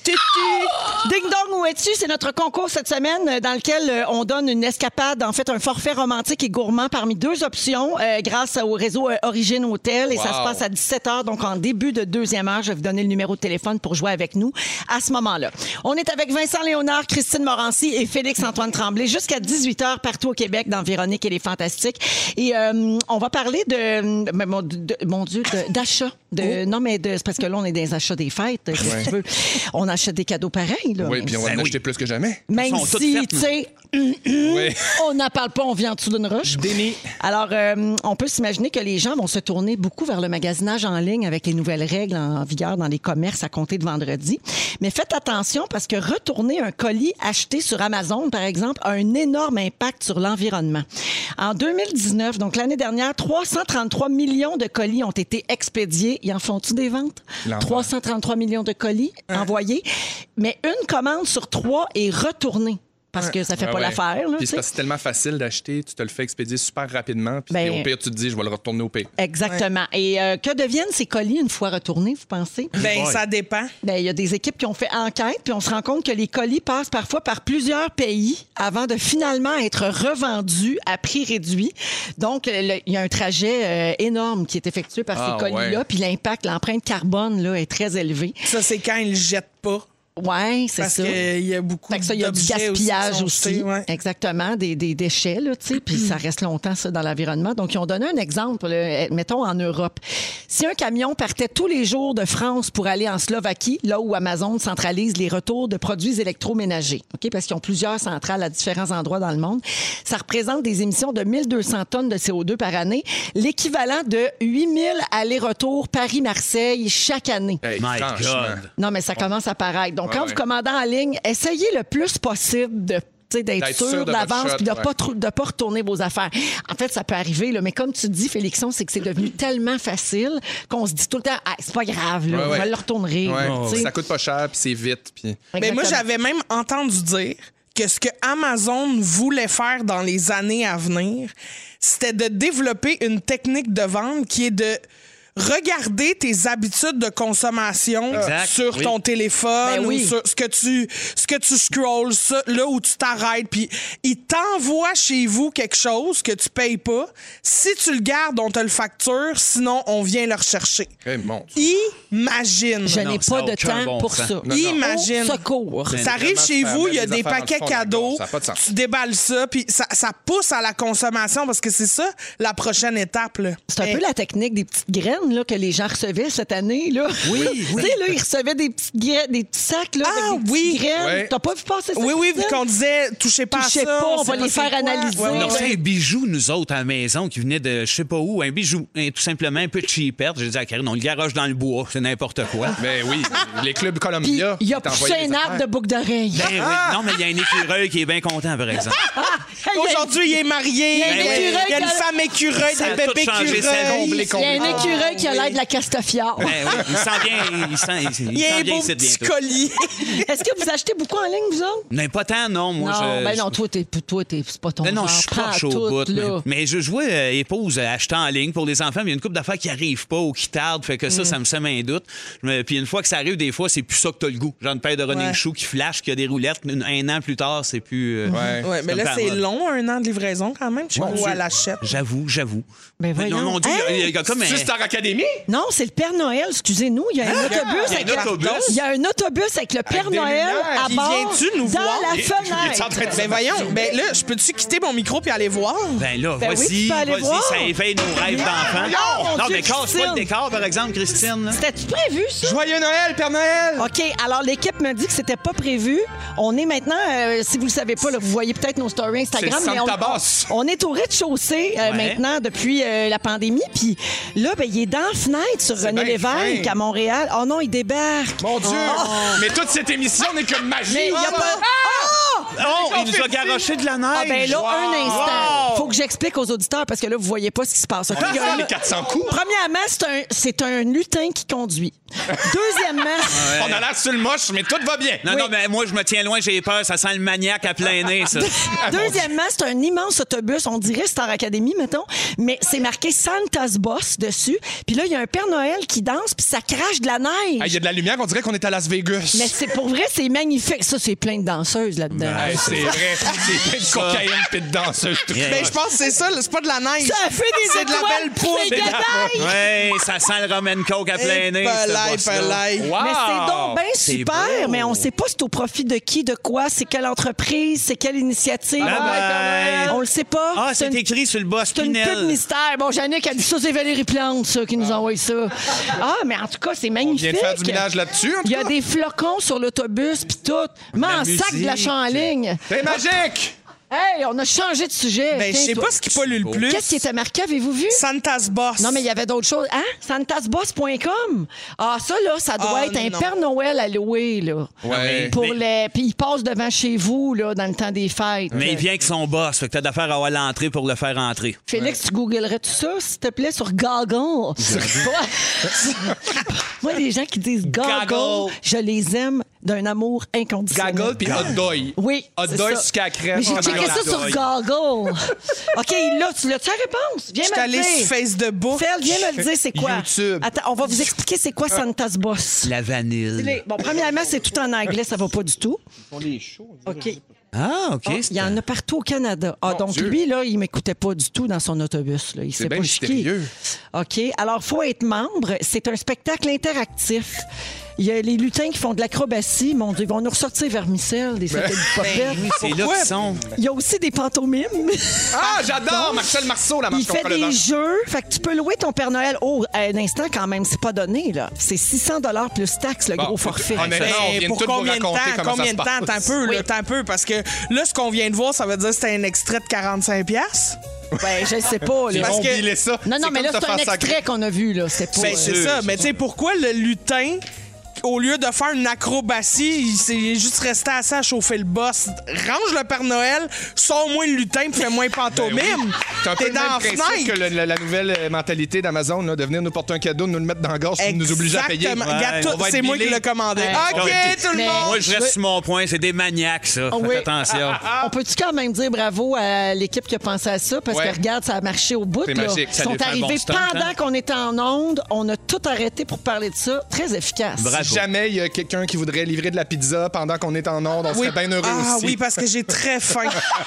A: Tu, tu. Ding dong, où es-tu? C'est notre concours cette semaine euh, dans lequel euh, on donne une escapade, en fait, un forfait romantique et gourmand parmi deux options euh, grâce au réseau euh, Origine Hôtel. Et ça se
L: Wow.
A: passe à 17h, donc en début de deuxième heure. Je vais vous donner le numéro de téléphone pour jouer avec nous à ce moment-là. On est avec Vincent Léonard, Christine Morancy et Félix-Antoine Tremblay jusqu'à 18h partout au Québec dans Véronique et les Fantastiques. Et euh, on va parler de, mais mon, de- mon Dieu, de- d'achat. De, Non, mais de- c'est parce que là, on est dans les achats des fêtes. si
C: Ouais.
A: tu veux. On achète des cadeaux pareils. Là.
C: Oui, puis on va
A: Ben
C: en
A: oui.
C: acheter plus que jamais.
A: Même si, tu sais, hum, hum,
C: Oui.
A: on n'en parle pas, on vient en dessous d'une roche. Alors, euh, on peut s'imaginer que les gens vont se tourner beaucoup vers le magasinage en ligne avec les nouvelles règles en vigueur dans les commerces à compter de vendredi. Mais faites attention parce que retourner un colis acheté sur Amazon, par exemple, a un énorme impact sur l'environnement. En 2019, donc l'année dernière, 333 millions de colis ont été expédiés. Ils en font-tu des ventes?
L: L'enfer.
A: 333 millions de colis
C: Hein?
A: envoyés. Mais une commande sur trois est retournée parce que ça fait
C: Ah Ouais,
A: pas
C: ouais.
A: l'affaire. là,
C: Puis c'est
A: tu sais.
C: parce que c'est tellement facile d'acheter, tu te le fais expédier super rapidement, puis
A: Ben-
C: au pire, tu te dis, je vais le retourner au pire.
A: Exactement. Et euh, que deviennent ces colis une fois retournés, vous pensez?
F: Ben, ça dépend.
A: Ben, il y a des équipes qui ont fait enquête, puis on se rend compte que les colis passent parfois par plusieurs pays avant de finalement être revendus à prix réduit. Donc, euh, le- il y a un trajet euh, énorme qui est effectué par
F: Ah,
A: ces colis-là,
F: ouais.
A: puis l'impact, l'empreinte carbone là, est très élevée.
F: Ça, c'est quand ils le jettent pas.
A: Oui, c'est
F: Parce
A: ça.
F: qu'il y a beaucoup
A: Fait que ça, il y a du
F: d'objets aussi qui
A: gaspillage
F: sont
A: aussi.
F: jetés, ouais.
A: Exactement, des, des déchets, là, tu sais, puis ça reste longtemps, ça, dans l'environnement. Donc, ils ont donné un exemple, là, eh, mettons, en Europe. Si un camion partait tous les jours de France pour aller en Slovaquie, là où Amazon centralise les retours de produits électroménagers, OK, parce qu'ils ont plusieurs centrales à différents endroits dans le monde, ça représente des émissions de 1200 tonnes de CO2 par année, l'équivalent de 8000 allers-retours Paris-Marseille chaque année.
D: My
C: franchement.
D: God.
A: Non, mais ça commence à paraître. Donc,
D: Ouais,
A: quand
D: ouais.
A: vous commandez en ligne, essayez le plus possible de tu sais, d'être
L: D'être
A: sûr
L: sûr de votre
A: d'avance
L: shot,
A: puis de
L: ouais.
A: pas trop- de pas retourner vos affaires. En fait, ça peut arriver, là, mais comme tu dis, Félixon, c'est que c'est devenu tellement facile qu'on se dit tout le temps, Ah, c'est pas grave, là,
C: Ouais, ouais.
A: je vais le retourner.
C: Ouais,
A: tu sais.
C: Ça coûte pas cher, puis c'est vite. Puis...
F: Mais moi, j'avais même entendu dire que ce que Amazon voulait faire dans les années à venir, c'était de développer une technique de vente qui est de regarder tes habitudes de consommation euh,
L: Exact,
F: sur
L: oui.
F: ton téléphone
L: Ben
F: ou
L: oui.
F: sur ce que tu ce que tu scrolls ça, là où tu t'arrêtes puis il t'envoie chez vous quelque chose que tu payes pas si tu le gardes on te le facture sinon on vient le rechercher imagine
A: Je n'ai pas de temps pour ça.
F: Imagine.
A: Au secours.
F: Ça arrive chez vous, il y a des paquets cadeaux.
C: Ça a pas de sens.
F: Tu déballes ça, puis ça, ça pousse à la consommation parce que c'est ça la prochaine étape. là. Eh,
A: C'est un peu la technique des petites graines là, que les gens recevaient cette année. Là.
F: Oui,
A: tu sais, là, ils recevaient des, petites graines, des petits sacs là, avec des petites graines.
F: Ouais.
A: T'as pas vu passer ça?
F: Oui, oui,
A: Christine?
F: vu qu'on disait, touchez pas à
A: Touchez
F: ça,
A: pas, on
F: sait
A: va les
F: c'est
A: faire
F: quoi.
A: analyser.
F: Ouais,
D: on
F: ouais,
D: a reçu
F: ouais.
D: un bijou, nous autres, à la maison, qui venait de je sais pas où, un bijou un- tout simplement un peu cheapette. J'ai dit à Karine, on le garage dans le bois, c'est n'importe quoi.
C: Ben oui, les clubs
A: Puis
C: Columbia.
A: il a
C: ils t'envoient
A: poussé
C: des
A: un arbre de
C: affaires.
A: boucle d'oreille.
D: Ben oui. Non, mais il y a un écureuil qui est bien content, par exemple.
F: Aujourd'hui, il est marié. Il y a,
D: Ben oui.
F: il y a
A: qui
F: une
A: a-
F: femme écureuil,
D: Ça a
F: des bébés
D: tout changé, sa
F: écureuils.
D: double et
A: Il y a un écureuil qui a l'air de la castafiore.
D: Ben oui, il s'en vient, il s'en il, il
A: Il y a
D: s'en
A: un
D: vient
A: beau
D: ici
A: petit
D: bientôt.
F: collier.
A: Est-ce que vous achetez beaucoup en ligne, vous autres?
D: Mais pas tant, non, moi.
A: non,
D: je,
A: ben
D: je-
A: non, toi, t'es, toi, t'es, c'est pas ton
D: Ben non,
A: genre.
D: je suis
A: Prends
D: proche au
A: tout,
D: bout. Mais,
A: là.
D: mais je je vois euh, épouse euh, achetant en ligne pour les enfants, mais il y a une couple d'affaires qui arrivent pas ou qui tardent, fait que ça,
A: Mm.
D: ça me sème un doute. Je me- Puis une fois que ça arrive, des fois, c'est plus ça que t'as le goût. Genre une paire de running
F: Ouais.
D: shoes qui flash, qui a des roulettes, un, un an plus tard, c'est plus. euh,
F: Ouais, mais
D: comme
F: là,
D: pas
F: c'est
D: à mode.
F: long, un an de livraison quand même. Je sais
D: Mon
F: pas
D: Dieu.
F: où elle l'achète.
D: J'avoue, j'avoue.
F: Ben
A: Mais
D: non,
A: voyons.
D: mon Dieu,
A: Hein?
D: il y a- il y a comme
C: C'est
D: un-
C: Star Academy?
A: Non, c'est le Père Noël, excusez-nous. Il y a un
C: Ah!
A: autobus.
C: Il y a un
A: avec la-
C: autobus?
A: Il y a un autobus avec le Père
F: des
A: Noël
F: lumières.
A: à
F: Puis
A: bord
F: viens-tu nous
A: dans
F: voir?
A: la
F: Il- il est
A: fenêtre.
F: Ben voyons, ben là, je peux-tu quitter mon micro puis aller voir?
D: Ben là,
F: Ben oui,
D: vas-y,
F: tu peux aller
D: vas-y,
F: voir.
D: ça éveille nos rêves
A: Ah,
F: Non,
D: d'enfants.
F: mon
D: Non,
F: Dieu,
D: mais casse pas
F: Christine.
D: le décor, par exemple, Christine. là.
A: C'était-tu prévu, ça?
F: Joyeux Noël, Père Noël!
A: OK, alors l'équipe me dit que c'était pas prévu. On est maintenant, euh, si vous le savez pas, là, vous voyez peut-être nos stories Instagram.
C: C'est le
A: on,
C: Santa Boss.
A: on est au rez-de-chaussée euh,
C: Ouais.
A: maintenant depuis euh, la pandémie. Puis là, ben, il est dans la fenêtre sur René
C: bien
A: Lévesque
C: fin.
A: à Montréal. Oh non, il débarque.
C: Mon Dieu!
A: Oh.
C: Ah! Mais toute cette émission n'est que magie!
A: Mais il y a pas. Ah!
D: Oh, il nous a garoché de la neige.
A: Ah ben là, un
D: Wow.
A: instant. Faut que j'explique aux auditeurs parce que là, vous voyez pas ce qui se passe. OK?
C: On
A: Il y a
C: sent
A: un-
C: les 400 coups.
A: Premièrement, c'est un, c'est un lutin qui conduit. Deuxièmement,
C: On a l'air sur le moche, mais tout va bien.
D: Non, non, mais moi, je me tiens loin, j'ai peur. Ça sent le maniaque à plein nez, ça.
A: Deuxièmement, c'est un immense autobus, on dirait Star Academy, mettons, mais c'est marqué Santa's Boss dessus. Puis là, il y a un Père Noël qui danse, puis ça crache de la neige.
C: Ah, Il y a de la lumière, on dirait qu'on est à Las Vegas.
A: Mais c'est pour vrai, c'est magnifique. Ça, c'est plein de danseuses là-dedans.
C: Hey, c'est vrai, c'est plein de cocaïne pis de danseuse.
F: Ben, je pense que c'est ça, là, c'est pas de la neige.
A: Ça fait des
F: C'est de la
A: étoiles,
F: belle poudre.
A: c'est gadaille.
D: Ouais, ça sent le Roman Coke à plein
F: Eh,
D: nez.
F: palais,
D: ce boss-là.
F: palais.
D: Wow!
A: Mais c'est donc bien
D: C'est
A: super,
D: beau.
A: mais on sait pas c'est au profit de qui, de quoi, c'est quelle entreprise, c'est quelle initiative.
D: Bye bye.
A: On le sait pas.
D: Ah, c'est écrit sur le boss
A: C'est une pub
D: Pinel.
A: mystère. Bon, Jannick a dit ça, c'est Valérie Plante, ça, qui nous envoie ça. Ah, mais en tout cas, c'est magnifique.
C: vient de faire du ménage là-dessus, en tout
A: Il y a
C: cas.
A: des flocons sur l'autobus, puis tout. Mais
C: La
A: en sac de la
C: musique.
A: chanligne.
C: C'est magique!
A: Hey, on a changé de sujet.
F: Ben, je
A: Tiens,
F: sais
A: toi.
F: pas ce qui pollue le plus.
A: Qu'est-ce qui était marqué, avez-vous vu?
F: Santa's Boss.
A: Non, mais il y avait d'autres choses. Hein? Santasboss.com. Ah, ça, là, ça doit
F: Ah,
A: être un
F: non.
A: Père Noël à louer, là.
C: Ouais.
A: Pour
D: Mais-
A: les... Puis il passe devant chez vous, là, dans le temps des fêtes.
D: Mais il vient avec son boss. Fait que t'as d'affaire à avoir l'entrée pour le faire entrer.
A: Félix, tu googlerais tout ça, s'il te plaît, sur Goggle. Moi- Moi, les gens qui disent Goggle,
C: Goggle.
A: je les aime d'un amour inconditionnel.
C: Gaggle pis hot doy.
A: Oui.
C: Hot
A: c'est
C: doy
A: ça.
C: jusqu'à la crème.
A: Mais j'ai checké ça sur Goggle. OK, là, tu l'as-tu la réponse? Viens
F: Je suis
A: me le
F: allée
A: dire.
F: sur Facebook.
A: Fel, viens me le dire, c'est quoi?
D: YouTube.
A: Attends, on va vous expliquer c'est quoi Santa's Boss.
D: La vanille.
A: Bon, premièrement, c'est tout en anglais, ça va pas du tout. OK.
D: Ah, OK.
A: Ah, Il y en a partout au Canada. Ah, donc
D: Dieu.
A: lui, là, il m'écoutait pas du tout dans son autobus. Là. Il
C: C'est
A: sait
C: bien
A: pas chiquer.
C: mystérieux.
A: OK. Alors, faut être membre. C'est un spectacle interactif. Il y a les lutins qui font de l'acrobatie. Mon Dieu, ils vont nous ressortir Vermicelle, des satellites
D: Ben oui,
A: popettes.
D: c'est là qu'ils sont.
A: Il y a aussi des pantomimes.
C: Ah, j'adore! Marcel Marceau, la marche
A: Il fait
C: contre le
A: des
C: vent.
A: jeux. Fait que tu peux louer ton Père Noël. Oh, à un instant, quand même, c'est pas donné, là. C'est 600 plus taxes, le
C: Bon,
A: gros forfait.
C: honnêtement, on vient
F: Ben, pour
C: tout vous
F: combien de temps?
C: raconter comment
F: combien
C: ça
F: de
C: se
F: temps?
C: passe.
F: Attends un peu, là,
C: Oui.
F: attends un peu. Parce que là, ce qu'on vient de voir, ça veut dire que c'était un extrait de 45$. piastres.
A: Ben, je sais pas, là.
F: Parce
C: vont
F: que-
C: biler ça.
A: Non, non, mais là,
C: comme
A: c'est euh,
C: te
A: un
C: faire sacrer.
A: extrait qu'on a vu, là. C'est pas...
F: Ben, c'est ça. Mais tu sais, pourquoi le lutin qu'au lieu de faire une acrobatie, il s'est juste resté à ça à chauffer le boss. Range le Père Noël, sors-moi le lutin, puis fais-moi une pantomime.
C: C'est Ben un
F: T'es
C: peu le même
F: dans la
C: principe
F: fenêtre.
C: que le- la, la nouvelle euh, mentalité d'Amazon, là, de venir nous porter un cadeau, de nous le mettre dans le gorge, puis de nous obliger à payer.
F: Exactement.
C: Ouais.
F: Regarde, tout-
C: On va être
F: c'est moi qui
C: billés.
F: l'ai commandé.
D: Comme-
F: OK, tout le monde.
D: Moi, je reste sur mon point. C'est des maniaques, ça.
A: Oh
D: Faites
A: oui. ah,
D: attention.
A: On peut-tu quand même dire bravo à l'équipe qui a pensé à ça? Parce
D: Ouais.
A: que regarde, ça a marché au bout.
D: C'est
A: là.
D: magique.
A: Ils
D: Ça
A: sont
D: lui fait un
A: arrivés
D: bon stunt,
A: pendant
D: hein?
A: qu'on était en onde. On a tout arrêté pour parler de ça. Très efficace.
C: Si jamais il y a quelqu'un qui voudrait livrer de la pizza pendant qu'on est en onde, on
A: Oui.
C: serait bien heureux
A: Ah,
C: aussi.
A: oui, parce que
F: j'ai très faim.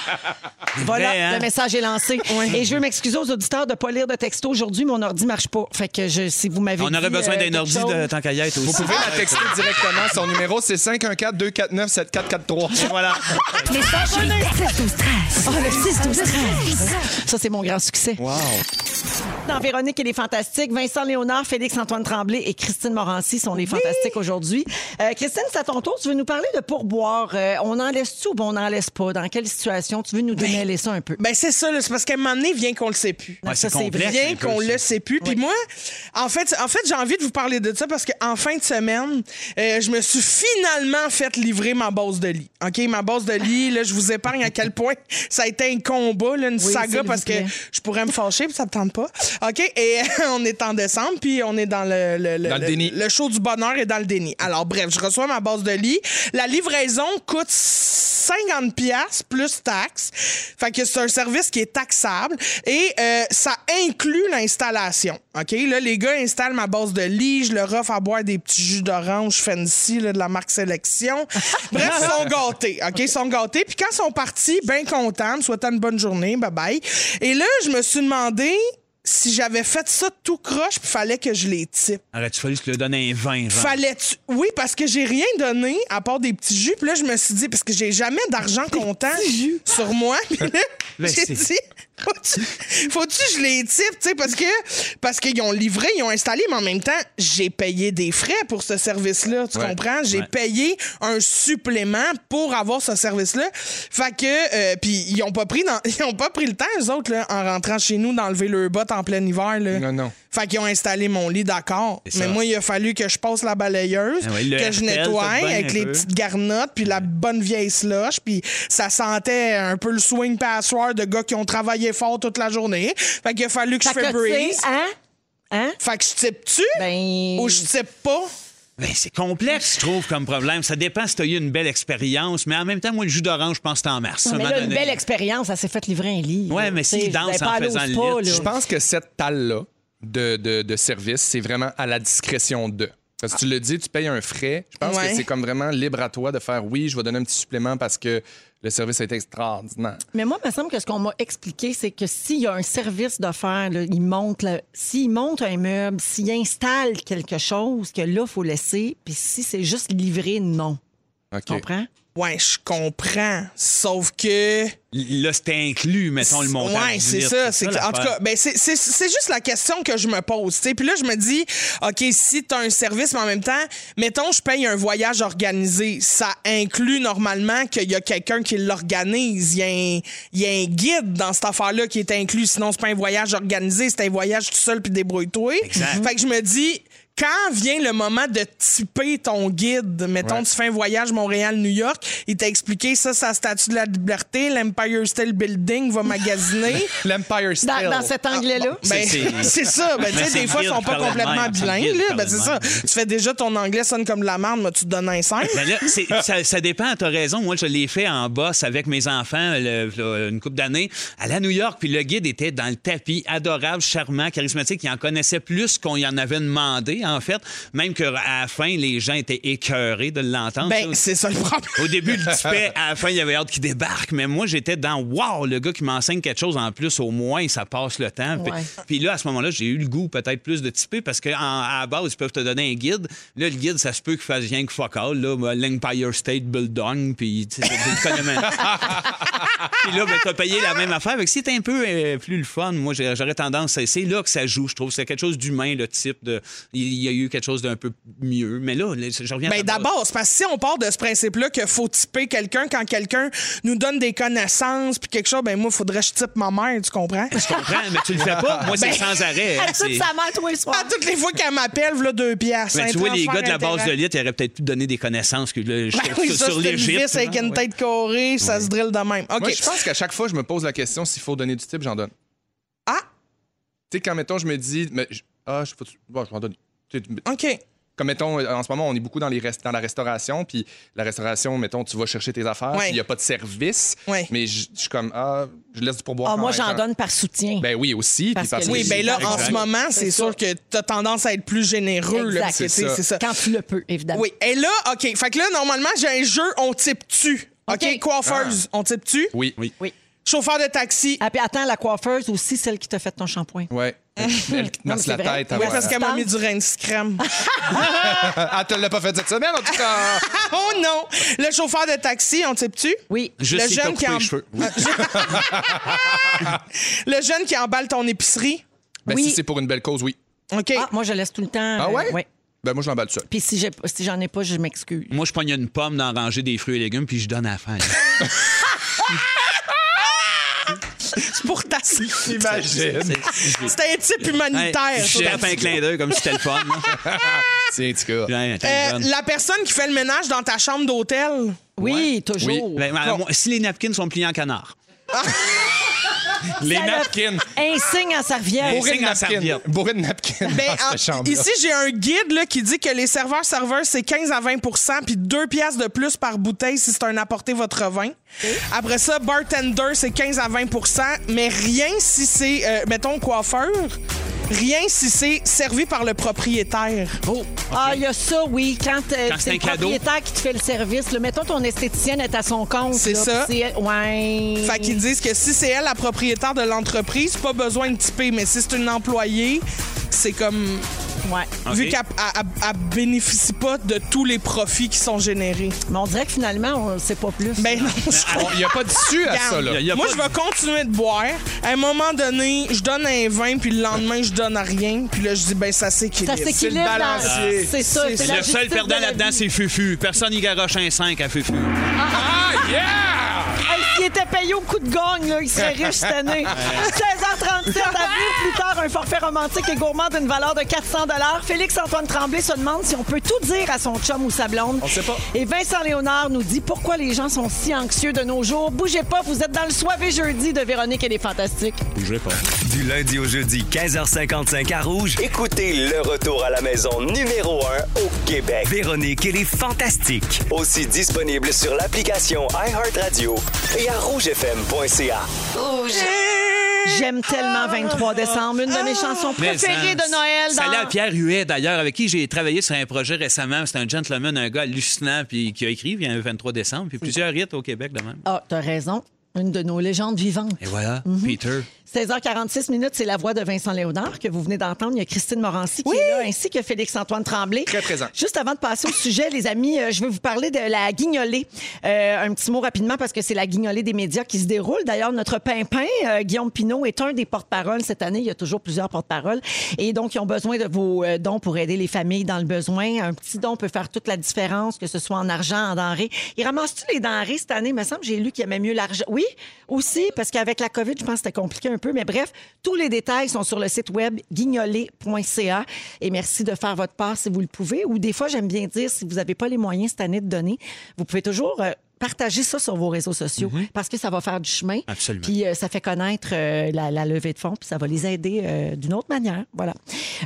A: Voilà,
D: Ben,
C: Vrai, hein?
A: le message est lancé. Et je veux m'excuser aux auditeurs de ne pas lire de texto aujourd'hui. Mon ordi marche pas. Fait que je, si vous m'avez
D: On
A: dit,
D: aurait besoin
A: euh,
D: d'un
A: quelque
D: ordi
A: chose-
D: de tant qu'à y être aussi.
C: Vous pouvez
F: Ah
C: la texter directement. Son numéro, c'est 514-249-7443.
D: Voilà.
A: Message
E: Oh, le 6-12-13.
A: Ça, c'est mon grand succès. Dans Véronique et les Fantastiques, Vincent Léonard, Félix-Antoine Tremblay et Christine Morancy sont les Fantastiques aujourd'hui. Euh, Christine, c'est à ton tour. Tu veux nous parler de pourboire. Euh, on en laisse-tu ou bon, on n'en laisse pas? Dans quelle situation? Tu veux nous démêler ça un peu?
F: Ben c'est ça, là, c'est parce qu'à un moment donné, vient qu'on le sait plus.
A: Ouais, c'est
F: Ça, c'est
A: complexe,
F: bien
A: un peu,
F: qu'on
A: ça.
F: le sait plus. Puis moi, en fait, en fait, j'ai envie de vous parler de ça parce qu'en fin de semaine, euh, je me suis finalement fait livrer ma base de lit. OK, ma base de lit, là, je vous épargne à quel point ça a été un combat, là, une
K: Oui, s'il
F: saga
K: vous
F: parce que
K: plaît.
F: je pourrais me fâcher, puis ça me tente pas. OK, et on est en décembre, puis on est dans le le,
C: Dans le déni.
F: le show du bonheur est dans le déni. Alors bref, je reçois ma base de lit. La livraison coûte 50 pièces plus taxes. Fait que c'est un service qui est taxable et euh, ça inclut l'installation. OK, là les gars installent ma base de lit, je leur offre à boire des petits jus d'orange fancy là, de la marque Sélection. bref, ils sont gâtés. OK, ils sont gâtés puis quand ils sont partis, bien contents, me souhaitant une bonne journée, bye bye. Et là, je me suis demandé si j'avais fait ça tout croche, puis fallait que je les type.
D: Aurais-tu fallu que tu le donnes un 20, genre?
F: Fallait tu... Oui, parce que j'ai rien donné à part des petits jus. Puis là, je me suis dit, parce que j'ai jamais d'argent comptant sur moi. Puis là,
E: Ben,
F: j'ai
E: c'est-
F: dit, faut-tu faut-tu que je les type, tu sais, parce que parce qu'ils ont livré, ils ont installé, mais en même temps, j'ai payé des frais pour ce service-là. Tu
E: Ouais.
F: comprends? J'ai
E: Ouais.
F: payé un supplément pour avoir ce service-là. Fait que, euh, puis ils ont pas pris dans- ils ont pas pris le temps, eux autres, là, en rentrant chez nous, d'enlever leur bottes en plein hiver. Là.
C: Ah Non, non.
F: Fait qu'ils ont installé mon lit, d'accord.
D: C'est ça.
F: Mais moi, il a fallu que je passe la balayeuse,
D: Ah ouais, le
F: que je
D: RTL,
F: nettoie
D: t'as bien
F: avec
D: un
F: les
D: peu.
F: petites garnottes, puis la bonne vieille slush, puis ça sentait un peu le swing passoire de gars qui ont travaillé fort toute la journée. Fait qu'il a fallu que je
A: Fait
F: fais
A: que tu sais, Ben,
F: breeze.
A: hein? Hein?
F: Fait que je type-tu? Ou je type pas?
D: Ben, c'est complexe, je trouve, comme problème. Ça dépend si tu as eu une belle expérience, mais en même temps, moi, le jus d'orange, je pense que c'est en mars.
A: Non,
D: à un
A: mais
D: moment
A: là, une
D: donné.
A: belle expérience. Elle s'est fait livrer un lit.
D: Ouais, mais
A: si
D: s'il danse en faisant le lit,
C: Je pense que cette talle-là de, de- de service, c'est vraiment à la discrétion de. Parce que tu le dis, tu payes un frais. Je pense
F: Ouais.
C: que c'est comme vraiment libre à toi de faire oui, je vais donner un petit supplément parce que le service est extraordinaire.
A: Mais moi, il me semble que ce qu'on m'a expliqué, c'est que s'il y a un service d'offert, là, il monte, le- s'il monte un meuble, s'il installe quelque chose, que là, il faut laisser. Puis si c'est juste livré, non.
C: OK.
A: comprends?
F: Ouais, je comprends. Sauf que.
D: Là, c'était inclus, mettons, le montant.
F: Ouais,
D: du
F: c'est
D: litre.
F: ça. c'est que- en tout
D: l'affaire.
F: cas, ben c'est c'est- c'est juste la question que je me pose. tu sais. Puis là, je me dis, OK, si tu as un service, mais en même temps, mettons, je paye un voyage organisé. Ça inclut normalement qu'il y a quelqu'un qui l'organise. Il y, a un- il y a un guide dans cette affaire-là qui est inclus. Sinon, c'est pas un voyage organisé, c'est un voyage tout seul puis débrouille-toi. Fait que je me dis. Quand vient le moment de typer ton guide, mettons,
K: Ouais.
F: tu fais un voyage Montréal-New York, il t'a expliqué ça, sa statue de la liberté, l'Empire State Building va magasiner.
C: L'Empire
F: State.
A: Dans- dans cet
C: Ah,
A: angle-là? C'est-
F: Ben,
A: c'est-
F: c'est ça. Ben, tu
A: Mais
F: sais,
A: c'est
F: des
A: le
F: fois, ils
A: guide
F: sont pas
A: par le
F: complètement
A: même. C'est le
F: bilingues.
D: guide
F: là.
D: par
F: Ben,
D: le
F: c'est
D: même.
F: ça. Tu fais déjà ton anglais sonne comme de la marde, mais tu te donnes un 5.
D: Ben là, c'est- ça, ça dépend, t'as raison. Moi, je l'ai fait en boss avec mes enfants le- le- une couple d'années à la New York. Puis le guide était dans le tapis, adorable, charmant, charismatique. Il en connaissait plus qu'on y en avait demandé, en fait. Même qu'à la fin, les gens étaient écœurés de l'entendre.
F: Ben, c'est ça le problème.
D: Au début, le petit paix, à la fin, il y avait hâte qu'il débarque. Mais moi, j'étais dans Wow, le gars qui m'enseigne quelque chose en plus, au moins, ça passe le temps. Puis,
L: Ouais.
D: puis là, à ce moment-là, j'ai eu le goût peut-être plus de typer parce qu'à la base, ils peuvent te donner un guide. Là, le guide, ça se peut qu'il fasse rien que fuck all. Là, ben, l'Empire State Building, puis tu sais, c'est le phénomène. Puis là, ben, t'as payé la même affaire. Fait que si t'es un peu euh, plus le fun, moi, j'ai- j'aurais tendance. C'est c'est là que ça joue, je trouve. C'est quelque chose d'humain, le type. de. Il il y a eu quelque chose d'un peu mieux. Mais là, là, je reviens à
F: Ben
D: la base.
F: d'abord, c'est parce que si on part de ce principe-là qu'il faut typer quelqu'un quand quelqu'un nous donne des connaissances puis quelque chose, ben moi, faudrait que je type ma mère, tu comprends?
D: Je comprends, mais tu le fais pas. Moi,
F: Ben,
D: c'est sans arrêt, hein, c'est-
F: mère tous les soirs. À toutes les fois qu'elle m'appelle, voilà deux piastres.
D: Mais
F: un
D: tu vois, les
F: transfert
D: gars de la base de
F: interact.
D: lit, ils auraient peut-être pu donner des connaissances que, là, je-
F: Ben oui, ça,
D: sur
F: c'est une
D: l'Égypte.
F: vis avec une tête carrée, ça se drille de même. OK.
C: Moi, je pense qu'à chaque fois, je me pose la question s'il faut donner du type, j'en donne.
F: Ah!
C: Tu sais, quand, mettons, je me dis, mais, je- ah, je, faut, bon, je vais en donner. Tu sais, mais-
F: OK.
C: Comme, mettons, en ce moment, on est beaucoup dans, les rest- dans la restauration, puis la restauration, mettons, tu vas chercher tes affaires,
A: Ouais.
C: puis il n'y a pas de service,
A: Ouais.
C: mais je je suis comme, ah, je laisse du pourboire.
A: Ah,
C: quand
A: moi,
C: même,
A: j'en
C: genre.
A: donne par soutien.
C: Ben oui, aussi. puis parce que
F: oui,
C: j'ai-
F: ben là, en
C: Exact.
F: ce moment, c'est sûr que t'as tendance à être plus généreux. là,
C: Exact.
F: parce que, tu
C: C'est
F: sais,
C: ça.
F: c'est ça.
A: Quand tu le peux, évidemment.
F: Oui. Et là, OK. Fait que là, normalement, j'ai un jeu, on type tu. OK, coiffeuse, on type tu.
C: Oui.
D: Oui.
A: oui.
F: Chauffeur de taxi.
A: Ah, puis attends, la coiffeuse aussi, celle qui t'a fait ton shampoing.
C: Ouais.
F: Euh,
C: Elle qui te
A: Non, mais
C: masse
A: c'est
C: la
A: vrai.
C: tête.
A: Oui,
C: avant.
A: parce qu'elle m'a mis
F: du rein crème.
C: Elle te l'a Ah, pas fait cette semaine, en tout cas.
F: oh non! Le chauffeur de taxi, on type-tu?
A: Oui.
C: Je
F: le
C: sais, t'as
F: jeune qui
C: coupé les cheveux. Oui.
F: Le jeune qui emballe ton épicerie.
C: Ben, si c'est pour une belle cause, oui.
F: OK.
A: moi, je laisse tout le temps.
C: Ah
A: euh,
C: ouais? Ben, moi, je l'emballe seul.
A: Puis si j'ai- si j'en ai pas, je m'excuse.
D: Moi, je pogne une pomme dans ranger des fruits et légumes, puis je donne à la fin.
F: C'est pour ta
C: Imagine.
F: C'était un type humanitaire.
D: je
F: ça.
D: tape un clin d'œil comme si c'était le fun.
C: Tiens, tu cas.
F: Euh, la personne qui fait le ménage dans ta chambre d'hôtel.
A: Oui,
D: Ben, ben, moi, si les napkins sont pliés en canard. les
F: Ça le-
D: napkins.
A: Un signe en serviette.
D: Bourré de napkins.
C: Bourré de napkins.
F: Ben, en- ici, j'ai un guide là, qui dit que les serveurs serveurs, c'est 15 à 20 puis 2 piastres de plus par bouteille si c'est un apporté votre vin. Après ça, bartender, c'est 15 à 20 mais rien si c'est, euh, mettons, coiffeur, rien si c'est servi par le propriétaire.
D: Oh!
A: Ah, il y a ça, oui. Quand, euh,
F: Quand c'est
A: c'est
F: un
A: le
F: cadeau.
A: propriétaire qui te fait le service, là, mettons ton esthéticienne est à son compte.
F: C'est
A: là,
F: ça.
A: puis c'est- Ouais.
F: Fait qu'ils disent que si c'est elle la propriétaire de l'entreprise, pas besoin de typer, mais si c'est une employée, c'est comme.
A: Ouais.
F: Vu
A: Ok.
F: qu'elle elle- elle- elle bénéficie pas de tous les profits qui sont générés.
A: Mais on dirait que finalement, on le sait pas plus.
F: Ben non,
C: on- il y a pas d'issue à ça, là. Il y a
F: Moi,
C: pas
F: je vais continuer de boire. À un moment donné, je donne un vin, puis le lendemain, je donne à rien. Puis là, je dis, ben ça s'équilibre.
A: Ça
F: C'est le
A: s'équilibre dans-
F: balancier.
A: c'est ça, c'est la
D: Le seul
A: justice
D: perdant
A: de la
D: là-dedans, c'est Fufu. Personne n'y garoche un 5 à Fufu.
A: Ah, yeah! S'il était payé au coup de gagne, là, il serait riche cette année. 16h37, à venir plus tard, un forfait romantique et gourmand d'une valeur de 400 Félix-Antoine Tremblay se demande si on peut tout dire à son chum ou sa blonde. On sait pas. Et Vincent Léonard nous dit pourquoi les gens sont si anxieux de nos jours. Bougez pas, vous êtes dans le soirée jeudi de Véronique et les Fantastiques.
J: Bougez pas. Du lundi au jeudi, 15h55 à Rouge.
I: Écoutez le retour à la maison numéro 1 au Québec.
J: Véronique et les Fantastiques.
I: Aussi disponible sur l'application iHeartRadio et à rougefm.ca.
A: J'aime tellement 23 décembre, une de mes chansons préférées de Noël.
D: Salut à
A: Dans...
D: Pierre Huet, d'ailleurs, avec qui j'ai travaillé sur un projet récemment. C'est un gentleman, un gars hallucinant, puis qui a écrit, il y a un 23 décembre, puis plusieurs hits au Québec de même.
A: Ah, t'as raison, une de nos légendes vivantes.
D: Et voilà,
A: Mhm.
D: Peter.
A: 16h46 minutes, c'est la voix de Vincent Léonard que vous venez d'entendre. Il y a Christine Morancy qui est là, ainsi que Félix-Antoine Tremblay. Très
C: présent.
A: Juste avant de passer au sujet, les amis, euh, je vais vous parler de la guignolée. Euh, un petit mot rapidement parce que c'est la guignolée des médias qui se déroule. D'ailleurs, notre pimpin, euh, Guillaume Pinault, est un des porte-paroles cette année. Il y a toujours plusieurs porte-paroles. Et donc, ils ont besoin de vos euh, dons pour aider les familles dans le besoin. Un petit don peut faire toute la différence, que ce soit en argent, en denrées. Ils ramassent-tu les denrées cette année? Il me semble que j'ai lu qu'il aimait mieux l'argent. Oui, aussi, parce qu'avec la COVID, je pense que c'était compliqué un peu. Mais bref, tous les détails sont sur le site web guignolé.ca. Et merci de faire votre part si vous le pouvez. Ou des fois, j'aime bien dire, si vous n'avez pas les moyens cette année de donner, vous pouvez toujours euh, partager ça sur vos réseaux sociaux parce que ça va faire du chemin.
D: Absolument.
A: Puis euh, ça fait connaître euh, la, la levée de fonds, puis ça va les aider euh, d'une autre manière. Voilà.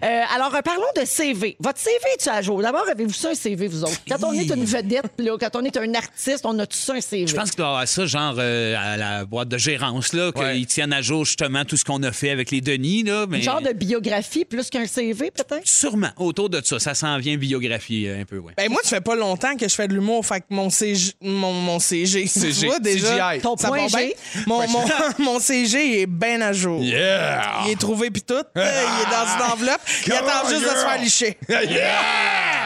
A: Euh, alors, euh, parlons de CV. Votre CV, tu as jour. D'abord, avez-vous ça un CV, vous autres? Quand on est une vedette, là, quand on est un artiste, on a tout ça un CV.
D: Je pense qu'il doit y avoir ça, genre euh, à la boîte de gérance, là, qu'ils tiennent à jour justement tout ce qu'on a fait avec les Denis. Là, mais...
A: Une genre de biographie plus qu'un CV, peut-être?
D: Sûrement, autour de ça. Ça s'en vient biographie euh, un peu, oui.
F: Ben moi, ça fait pas longtemps que je fais de l'humour, fait que mon CG, mon, mon CG, tu
D: CG.
F: vois déjà,
D: CGI. Ton
F: ça
D: point
F: va bien.
D: G.
F: Mon,
D: Ouais.
F: mon, mon CG est bien à jour.
D: Yeah!
F: Il est trouvé puis tout, Euh, il est dans une enveloppe, il
D: Come
F: attend
D: on,
F: juste de se
D: girl.
F: faire licher.
D: Yeah!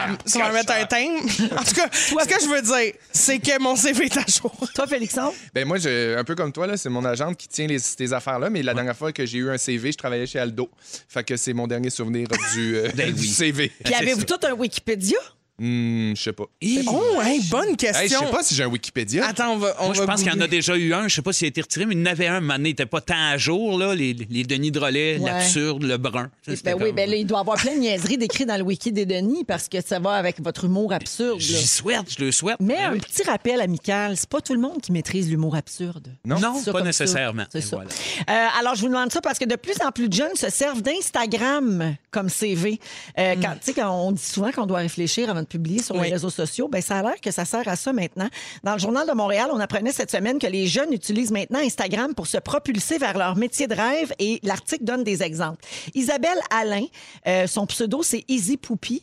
F: euh, si on va mettre un thème. En tout cas, ce que je veux dire, c'est que mon CV est à jour.
A: Toi, Félixon?
C: Ben moi, je- un peu comme toi, là, c'est mon agente qui tient les, ces affaires-là, mais la dernière fois que j'ai eu un CV, je travaillais chez Aldo. Fait que c'est mon dernier souvenir du, euh,
D: Ben
C: du
D: oui.
C: CV.
A: Puis avez-vous tout un Wikipédia?
C: Hmm, je sais pas.
F: Oh,
D: hein?
F: hey, bonne question.
C: Hey, je sais pas si j'ai un Wikipédia.
F: Attends, on va. on
D: Moi, je
F: va
D: pense qu'il y en a
F: googler.
D: déjà eu un. Je sais pas s'il a été retiré, mais il y en avait un. Mané, il n'était pas tant à jour, là. Les, les Denis Drolet,
A: Ouais.
D: l'absurde, le brun. Ça, c'était
A: Ben oui,
D: comme-
A: ben là, il doit avoir plein de niaiseries décrites dans le wiki des Denis parce que ça va avec votre humour absurde. là.
D: J'y souhaite, je le souhaite. Ben
A: Mais un petit rappel amical, c'est pas tout le monde qui maîtrise l'humour absurde.
D: Non,
A: Je dis ça
D: pas
A: comme ça.
D: nécessairement.
A: C'est
D: Et
A: ça.
D: voilà.
A: Euh, alors, je vous demande ça parce que de plus en plus de jeunes se servent d'Instagram comme CV.
D: Hmm.
A: Euh, quand, tu sais, quand on dit souvent qu'on doit réfléchir avant de publier sur les réseaux sociaux, ben, ça a l'air que ça sert à ça maintenant. Dans le Journal de Montréal, on apprenait cette semaine que les jeunes utilisent maintenant Instagram pour se propulser vers leur métier de rêve et l'article donne des exemples. Isabelle Alain, euh, son pseudo, c'est Easy Poupie.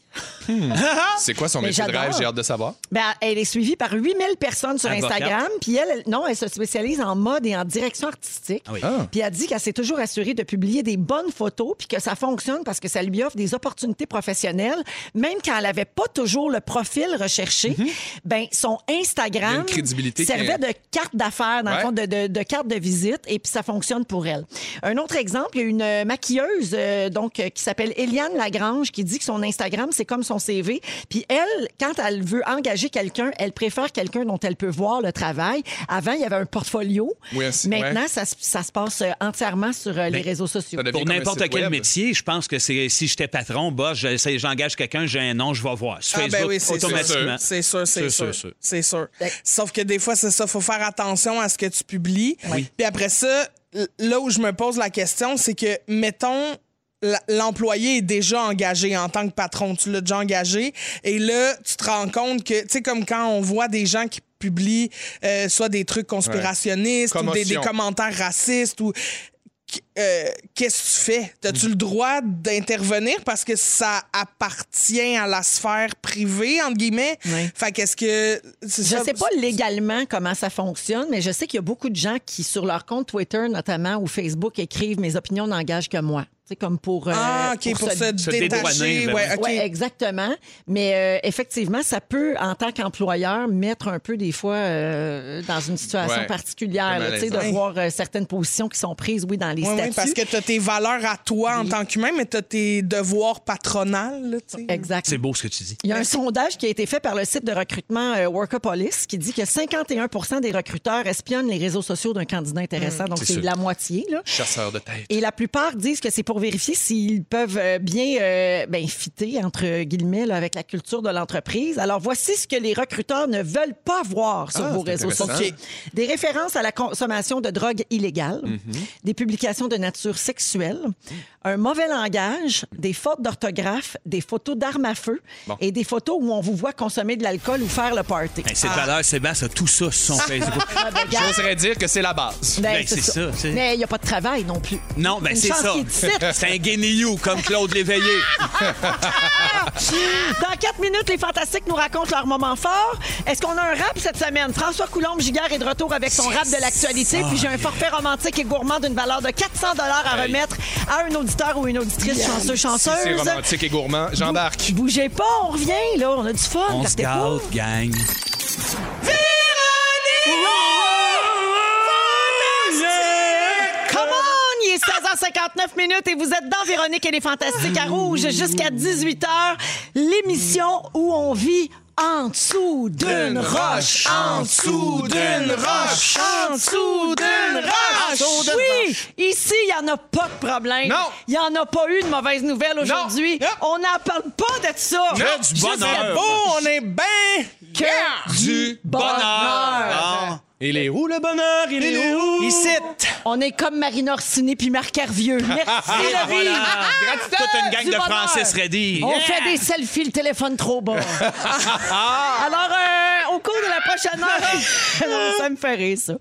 C: Hmm. C'est quoi son
A: Mais
C: métier de
A: j'adore.
C: rêve? J'ai hâte de savoir.
A: Ben, elle est suivie par 8000 personnes sur
C: Avocate.
A: Instagram. Puis elle, elle- non, elle se spécialise en mode et en direction artistique.
D: Ah oui. Ah.
A: Puis elle dit qu'elle s'est toujours assurée de publier des bonnes photos puis que ça fonctionne parce que ça lui offre des opportunités professionnelles. Même quand elle n'avait pas toujours le profil recherché, ben, son
C: Mhm. Il y a
A: Instagram
C: une crédibilité qui
A: servait
C: est-
A: de carte d'affaires, dans le
C: Ouais.
A: fond, de, de- de carte de visite. Et puis ça fonctionne pour elle. Un autre exemple, il y a une euh, maquilleuse euh, donc, euh, qui s'appelle Eliane Lagrange qui dit que son Instagram, c'est comme son CV. Puis elle, quand elle veut engager quelqu'un, elle préfère quelqu'un dont elle peut voir le travail. Avant, il y avait un portfolio.
D: Oui, aussi,
A: Maintenant,
D: ouais.
A: ça, se- ça se passe euh, entièrement sur euh, les
D: Ben,
A: réseaux sociaux.
D: Pour n'importe quel métier, je pense que c'est si j'étais patron, bah, je- c'est- j'engage quelqu'un, j'ai un nom, je vais voir. Sur
F: Ah ben
D: Facebook,
F: oui, c'est
D: automatiquement.
F: sûr. C'est sûr, c'est sûr.
D: sûr.
F: C'est sûr.
D: Ben
F: Sauf que des fois, c'est ça, faut faire attention à ce que tu publies.
D: Oui.
F: Puis après ça, l- là où je me pose la question, c'est que, mettons, la- l'employé est déjà engagé en tant que patron, tu l'as déjà engagé, et là, tu te rends compte que, tu sais, comme quand on voit des gens qui publient euh, soit des trucs conspirationnistes ou des, des
L: Commotion.
F: commentaires racistes ou qu- euh, qu'est-ce que tu fais? As-tu le droit d'intervenir parce que ça appartient à la sphère privée, entre guillemets? Fait qu'est-ce que. c'est
A: Je
F: ça-
A: sais pas légalement comment ça fonctionne, mais je sais qu'il y a beaucoup de gens qui, sur leur compte Twitter notamment ou Facebook, écrivent mes opinions n'engagent que moi. C'est comme pour euh,
F: Ah, ok, pour se Se détacher, dédouaner, ouais, ben oui. ok.
A: Ouais, exactement. Mais euh, effectivement, ça peut, en tant qu'employeur, mettre un peu des fois euh, dans une situation
F: Ouais.
A: particulière,
F: C'est
A: là, tu sais,
F: malaisant.
A: de voir euh, certaines positions qui sont prises, oui, dans les
F: Ouais, ouais,
A: statuts.
F: parce que tu as tes valeurs à toi en tant qu'humain, mais tu as tes devoirs patronales. là, tu sais.
A: Exact.
D: C'est beau ce que tu dis.
A: Il y a un sondage qui a été fait par le site de recrutement euh, Workapolis qui dit que 51 des recruteurs espionnent les réseaux sociaux d'un candidat intéressant.
C: Mm.
A: donc,
C: C'est
A: c'est
C: sûr.
A: la moitié. Là.
C: Chasseur de tête.
A: Et la plupart disent que c'est pour vérifier s'ils peuvent euh, bien, euh, ben, fitter, entre guillemets, là, avec la culture de l'entreprise. Alors, voici ce que les recruteurs ne veulent pas voir sur
F: Ah,
A: vos
F: c'est
A: réseaux
F: intéressant.
A: sociaux.
F: OK.
A: Des références à la consommation de drogue illégale,
D: Mm-hmm.
A: des publications de nature sexuelle, un mauvais langage, des fautes d'orthographe, des photos d'armes à feu
D: Bon.
A: et des photos où on vous voit consommer de l'alcool ou faire le party.
D: Hey, Ben, c'est tout à l'heure, Sébastien a tout ça sur son Facebook.
A: Ah, ben, regarde.
C: J'oserais dire que c'est la base.
A: Ben,
D: Ben, c'est ça. c'est-
A: Mais il n'y a pas de travail non plus.
D: Non, ben
A: Une
D: c'est
A: chance
D: ça.
A: qu'il est ici. Ah,
D: C'est un guéniou comme Claude Léveillé.
A: Dans quatre minutes, les Fantastiques nous racontent leur moment fort. Est-ce qu'on a un rap cette semaine? François Coulombe-Giguère est de retour avec son rap de l'actualité. Puis j'ai un forfait romantique et gourmand d'une valeur de 400 à
C: Aïe.
A: remettre à un auditeur ou une auditrice chanceux,
C: Si c'est
A: chanceuse.
C: romantique et gourmand, j'embarque.
A: Bougez pas, on revient, là. On a du fun.
D: On se
A: partez pas.
D: gâte, gang.
A: Come on! Il est 16h59 minutes et vous êtes dans Véronique et les Fantastiques à Rouge jusqu'à 18h. L'émission où on vit en dessous d'une
F: D'une
A: roche.
F: roche,
A: En dessous d'une roche. En dessous d'une
F: Ah,
A: roche. Oui! Ici, il n'y en a pas de problème.
F: Non.
A: Il n'y en a pas eu de mauvaise nouvelle aujourd'hui. On n'en parle pas de ça.
F: Que du
A: Jusqu'à
F: bonheur.
A: beau,
F: on est bien.
A: Que
C: du
A: bonheur.
C: bonheur. Il est où le bonheur? Il est où?
A: On est comme Marine Orsini puis Marc Hervieux. Merci,
D: Ah,
A: Laurie. Ah,
D: voilà. Gratitude. Toute une gang
A: Du
D: de
A: bonheur. Oh.
D: Francis Reddy.
A: On
D: Yeah.
A: fait des selfies, le téléphone trop bas. Alors, euh, au cours de la prochaine heure, Non, ça me fait rire, ça.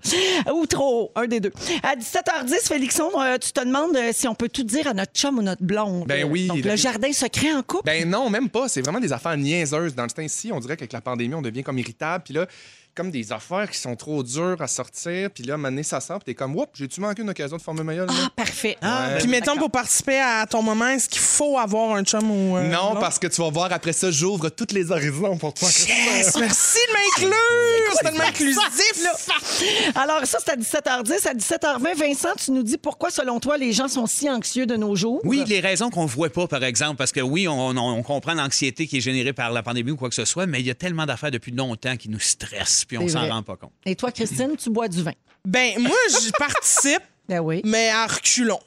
A: Ou trop, un des deux. À 17h10, Félixon, euh, tu te demandes euh, si on peut tout dire à notre chum ou notre blonde.
C: Ben oui.
A: Donc, le jardin secret en
D: Ben
A: couple.
C: Ben non, même pas. C'est vraiment des affaires niaiseuses. Dans le temps ici, on dirait qu'avec la pandémie, on devient comme irritable. Puis là, comme des affaires qui sont trop dures à sortir. Puis là, à un moment donné, ça sort. Puis t'es comme, oups, j'ai-tu manqué une occasion de former ma gueule?
A: Ah,
C: là?
A: Parfait. hein?
C: Ouais.
F: Euh, Puis mettons, pour participer à ton moment, est-ce qu'il faut avoir un chum ou. euh,
C: Non, parce que tu vas voir, après ça, j'ouvre tous les horizons pour toi.
F: Yes, merci de m'inclure! C'est tellement inclusif, là!
A: Alors, ça, c'est à 17h10. À 17h20, Vincent, tu nous dis pourquoi, selon toi, les gens sont si anxieux de nos jours.
D: Oui, les raisons qu'on ne voit pas, par exemple, parce que oui, on, on- on comprend l'anxiété qui est générée par la pandémie ou quoi que ce soit, mais il y a tellement d'affaires depuis longtemps qui nous stressent, puis on
A: C'est
D: s'en
A: vrai.
D: rend pas compte.
A: Et toi, Christine, tu bois du vin.
F: Ben, moi, j'y participe.
A: Ben oui.
F: Mais en reculons.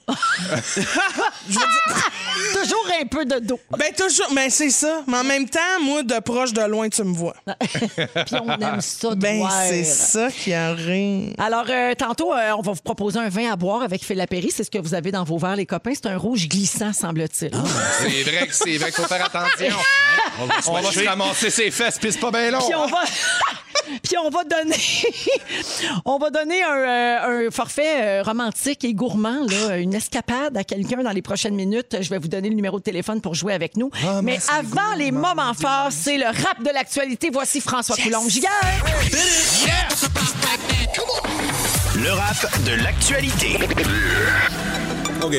A: toujours un peu de dos.
F: Ben, toujours. Mais c'est ça. Mais en même temps, moi, de proche, de loin, tu me vois.
A: Puis on aime ça de
F: Ben,
A: voir.
F: c'est ça qui arrive.
A: Alors, euh, tantôt, euh, on va vous proposer un vin à boire avec Phil Lapéry. C'est ce que vous avez dans vos verres, les copains. C'est un rouge glissant, semble-t-il.
F: Ah.
C: C'est vrai que c'est vrai qu'il faut faire attention.
D: On
C: va se, ramasser ses fesses, puis c'est pas bien long.
A: Puis on va. Puis on va donner, on va donner un, euh, un forfait euh, romantique et gourmand, là, une escapade à quelqu'un dans les prochaines minutes. Je vais vous donner le numéro de téléphone pour jouer avec nous.
F: Ah,
A: Mais avant les moments forts, c'est le rap de l'actualité. Voici François Coulombe-Giguère.
H: Le rap de l'actualité.
L: OK.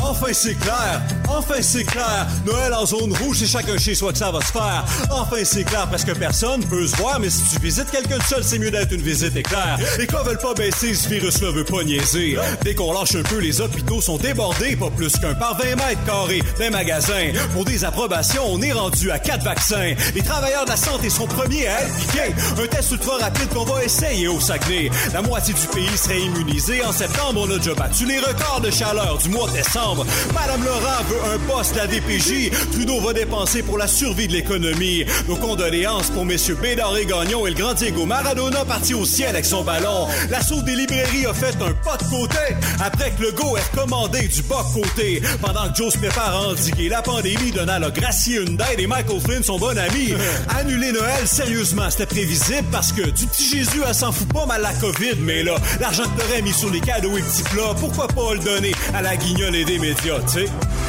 L: Enfin, c'est clair. Enfin, c'est clair. Noël en zone rouge, c'est chacun chez soi que ça va se faire. Enfin, c'est clair parce que personne peut se voir, mais si tu visites quelqu'un de seul, c'est mieux d'être une visite éclair. Les cas veulent pas baisser, ce virus-là veut pas niaiser. Dès qu'on lâche un peu, les hôpitaux sont débordés, pas plus qu'un par 20 mètres carrés des magasins. Pour des approbations, on est rendu à quatre vaccins. Les travailleurs de la santé sont premiers à être piqués. Un test ultra rapide qu'on va essayer au Saguenay. La moitié du pays serait immunisée. En septembre, on a déjà battu les records de chaleur du mois de décembre. Madame Laurent veut un poste à la DPJ. Trudeau va dépenser pour la survie de l'économie. Nos condoléances pour messieurs Bédard et Gagnon et le grand Diego Maradona parti au ciel avec son ballon. L'assaut des librairies a fait un pas de côté après que le go est recommandé du bas côté. Pendant que Joe se prépare à endiguer la pandémie, Donald a gracié une dette et Michael Flynn, son bon ami. Annuler Noël, sérieusement, c'était prévisible parce que du petit Jésus, elle s'en fout pas mal la COVID, mais là, l'argent que t'aurais mis sur les cadeaux et petits plats, pourquoi pas le donner à la guignole et des médias, tu sais?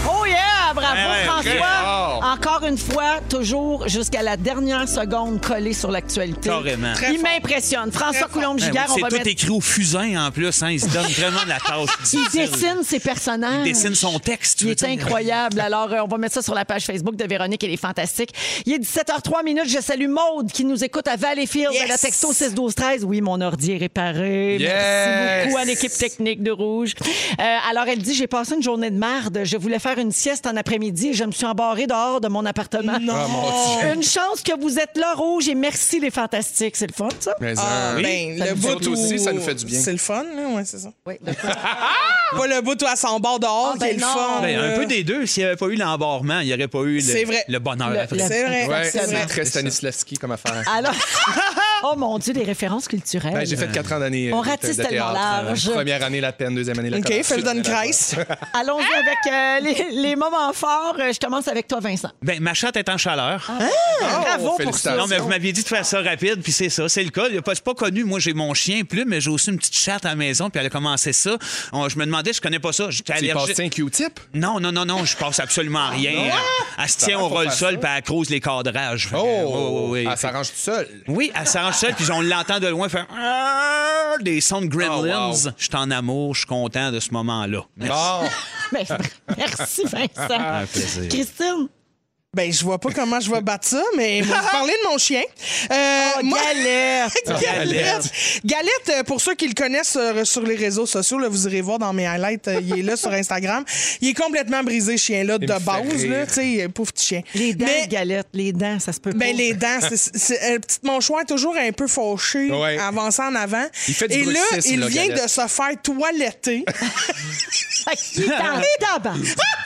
A: Oh yeah! Bravo,
L: Ouais, ouais,
A: François!
L: ok. Oh.
A: Encore une fois, toujours jusqu'à la dernière seconde collé sur l'actualité.
D: Carrément. Très
A: Il m'impressionne. François
D: Ben oui,
A: Coulombe-Giguère,
D: c'est
A: on va
D: tout
A: mettre...
D: écrit au fusain en plus, hein, il se donne vraiment la tâche.
A: Il dessine ses personnages.
D: Il dessine son texte. tu
A: Il
D: veux
A: est
D: dire.
A: incroyable. Alors, euh, on va mettre ça sur la page Facebook de Véronique. Elle est fantastique. Il est 17h03 minutes. Je salue Maude qui nous écoute à Valleyfield.
E: Yes!
A: Elle a texto 6 12 13. Oui, mon ordi est réparé. Merci
E: Yes!
A: beaucoup à l'équipe technique de Rouge. Euh, alors, elle dit, j'ai passé une journée de marde. Je voulais faire une sieste en après-midi et je me suis embarrée dehors de mon appartement.
E: Non! Ah,
C: Oh,
E: mon Dieu!
A: Une chance que vous êtes là, Rouge, et merci les fantastiques. C'est le fun, ça?
C: Mais,
F: Ah,
C: euh,
F: ben,
C: ça
F: le
C: nous
F: bout
C: fait aussi,
F: où-
C: ça nous fait du bien.
F: C'est le fun, là, ouais, c'est ça. pas le bout où elle s'embarre dehors, qui est le fun.
D: Ben, un
F: là.
D: peu des deux. S'il n'y avait pas eu l'embarrement, il n'y aurait pas eu
F: C'est
D: le,
F: vrai.
D: le bonheur
F: Le-
D: après.
F: le- C'est vrai,
C: Ouais,
F: c'est vrai.
C: c'est très Stanislavski comme affaire.
A: Alors, oh mon Dieu, les références culturelles.
C: Ben, j'ai fait quatre ans d'année. euh,
A: On
C: de-
A: ratisse
C: de
A: tellement
C: théâtre. euh,
A: large.
C: Première année la peine, deuxième année la
A: OK,
C: peine.
A: fais-le dans une
C: crise.
A: Allons-y avec euh, les, les moments forts. Euh, Je commence avec toi, Vincent.
D: Ben, ma chatte est en chaleur.
C: Ah,
A: bravo pour Ah, ça.
D: Non, mais vous m'aviez dit de faire ça rapide, puis c'est ça, c'est le cas. Il y a pas- C'est pas connu. Moi, j'ai mon chien, plus, mais j'ai aussi une petite chatte à la maison, puis elle a commencé ça. On- je me demandais, je connais pas ça. J'étais
C: Tu y
D: allergique.
C: passes un Q-tip?
D: Non, non, non, non, je passe absolument rien.
C: Ah, non? hein?
D: Elle- Elle se
C: Ça
D: tient
C: va
D: au
C: pas
D: roll
C: faire
D: sol,
C: ça.
D: puis elle croise les cadrages. Fait que,
C: Oh,
D: ouais, ouais, ouais.
C: elle s'arrange toute seule.
D: Oui, elle s'arrange seule, puis on l'entend de loin faire Ah des sons de gremlins.
C: Oh, wow.
D: Je suis en amour, je suis content de ce moment-là. Merci.
A: Ben, merci, Vincent.
C: Ah,
D: Un plaisir.
A: Christine?
F: Ben, je vois pas comment je vais battre ça, mais moi, vous parlez de mon chien. Euh,
A: Oh,
F: moi-
E: Galette.
F: Galette! Galette, euh, pour ceux qui le connaissent sur, sur les réseaux sociaux, là, vous irez voir dans mes highlights, euh, il est là sur Instagram. Il est complètement brisé, ce chien-là, de
A: Il me fait
F: base,
A: rire.
F: là, tu sais, euh, pauvre petit chien.
A: Les dents, Galette, les dents, ça se peut
F: Ben,
A: pas.
F: les dents, c'est, c'est- euh, le petit mouchoir est toujours un peu fauché,
C: Ouais.
F: avançant en avant.
C: Il fait du
F: Et là,
C: bruxisme,
F: il
C: là,
F: vient
C: Galette.
F: de se faire toiletter.
A: il est en tabac.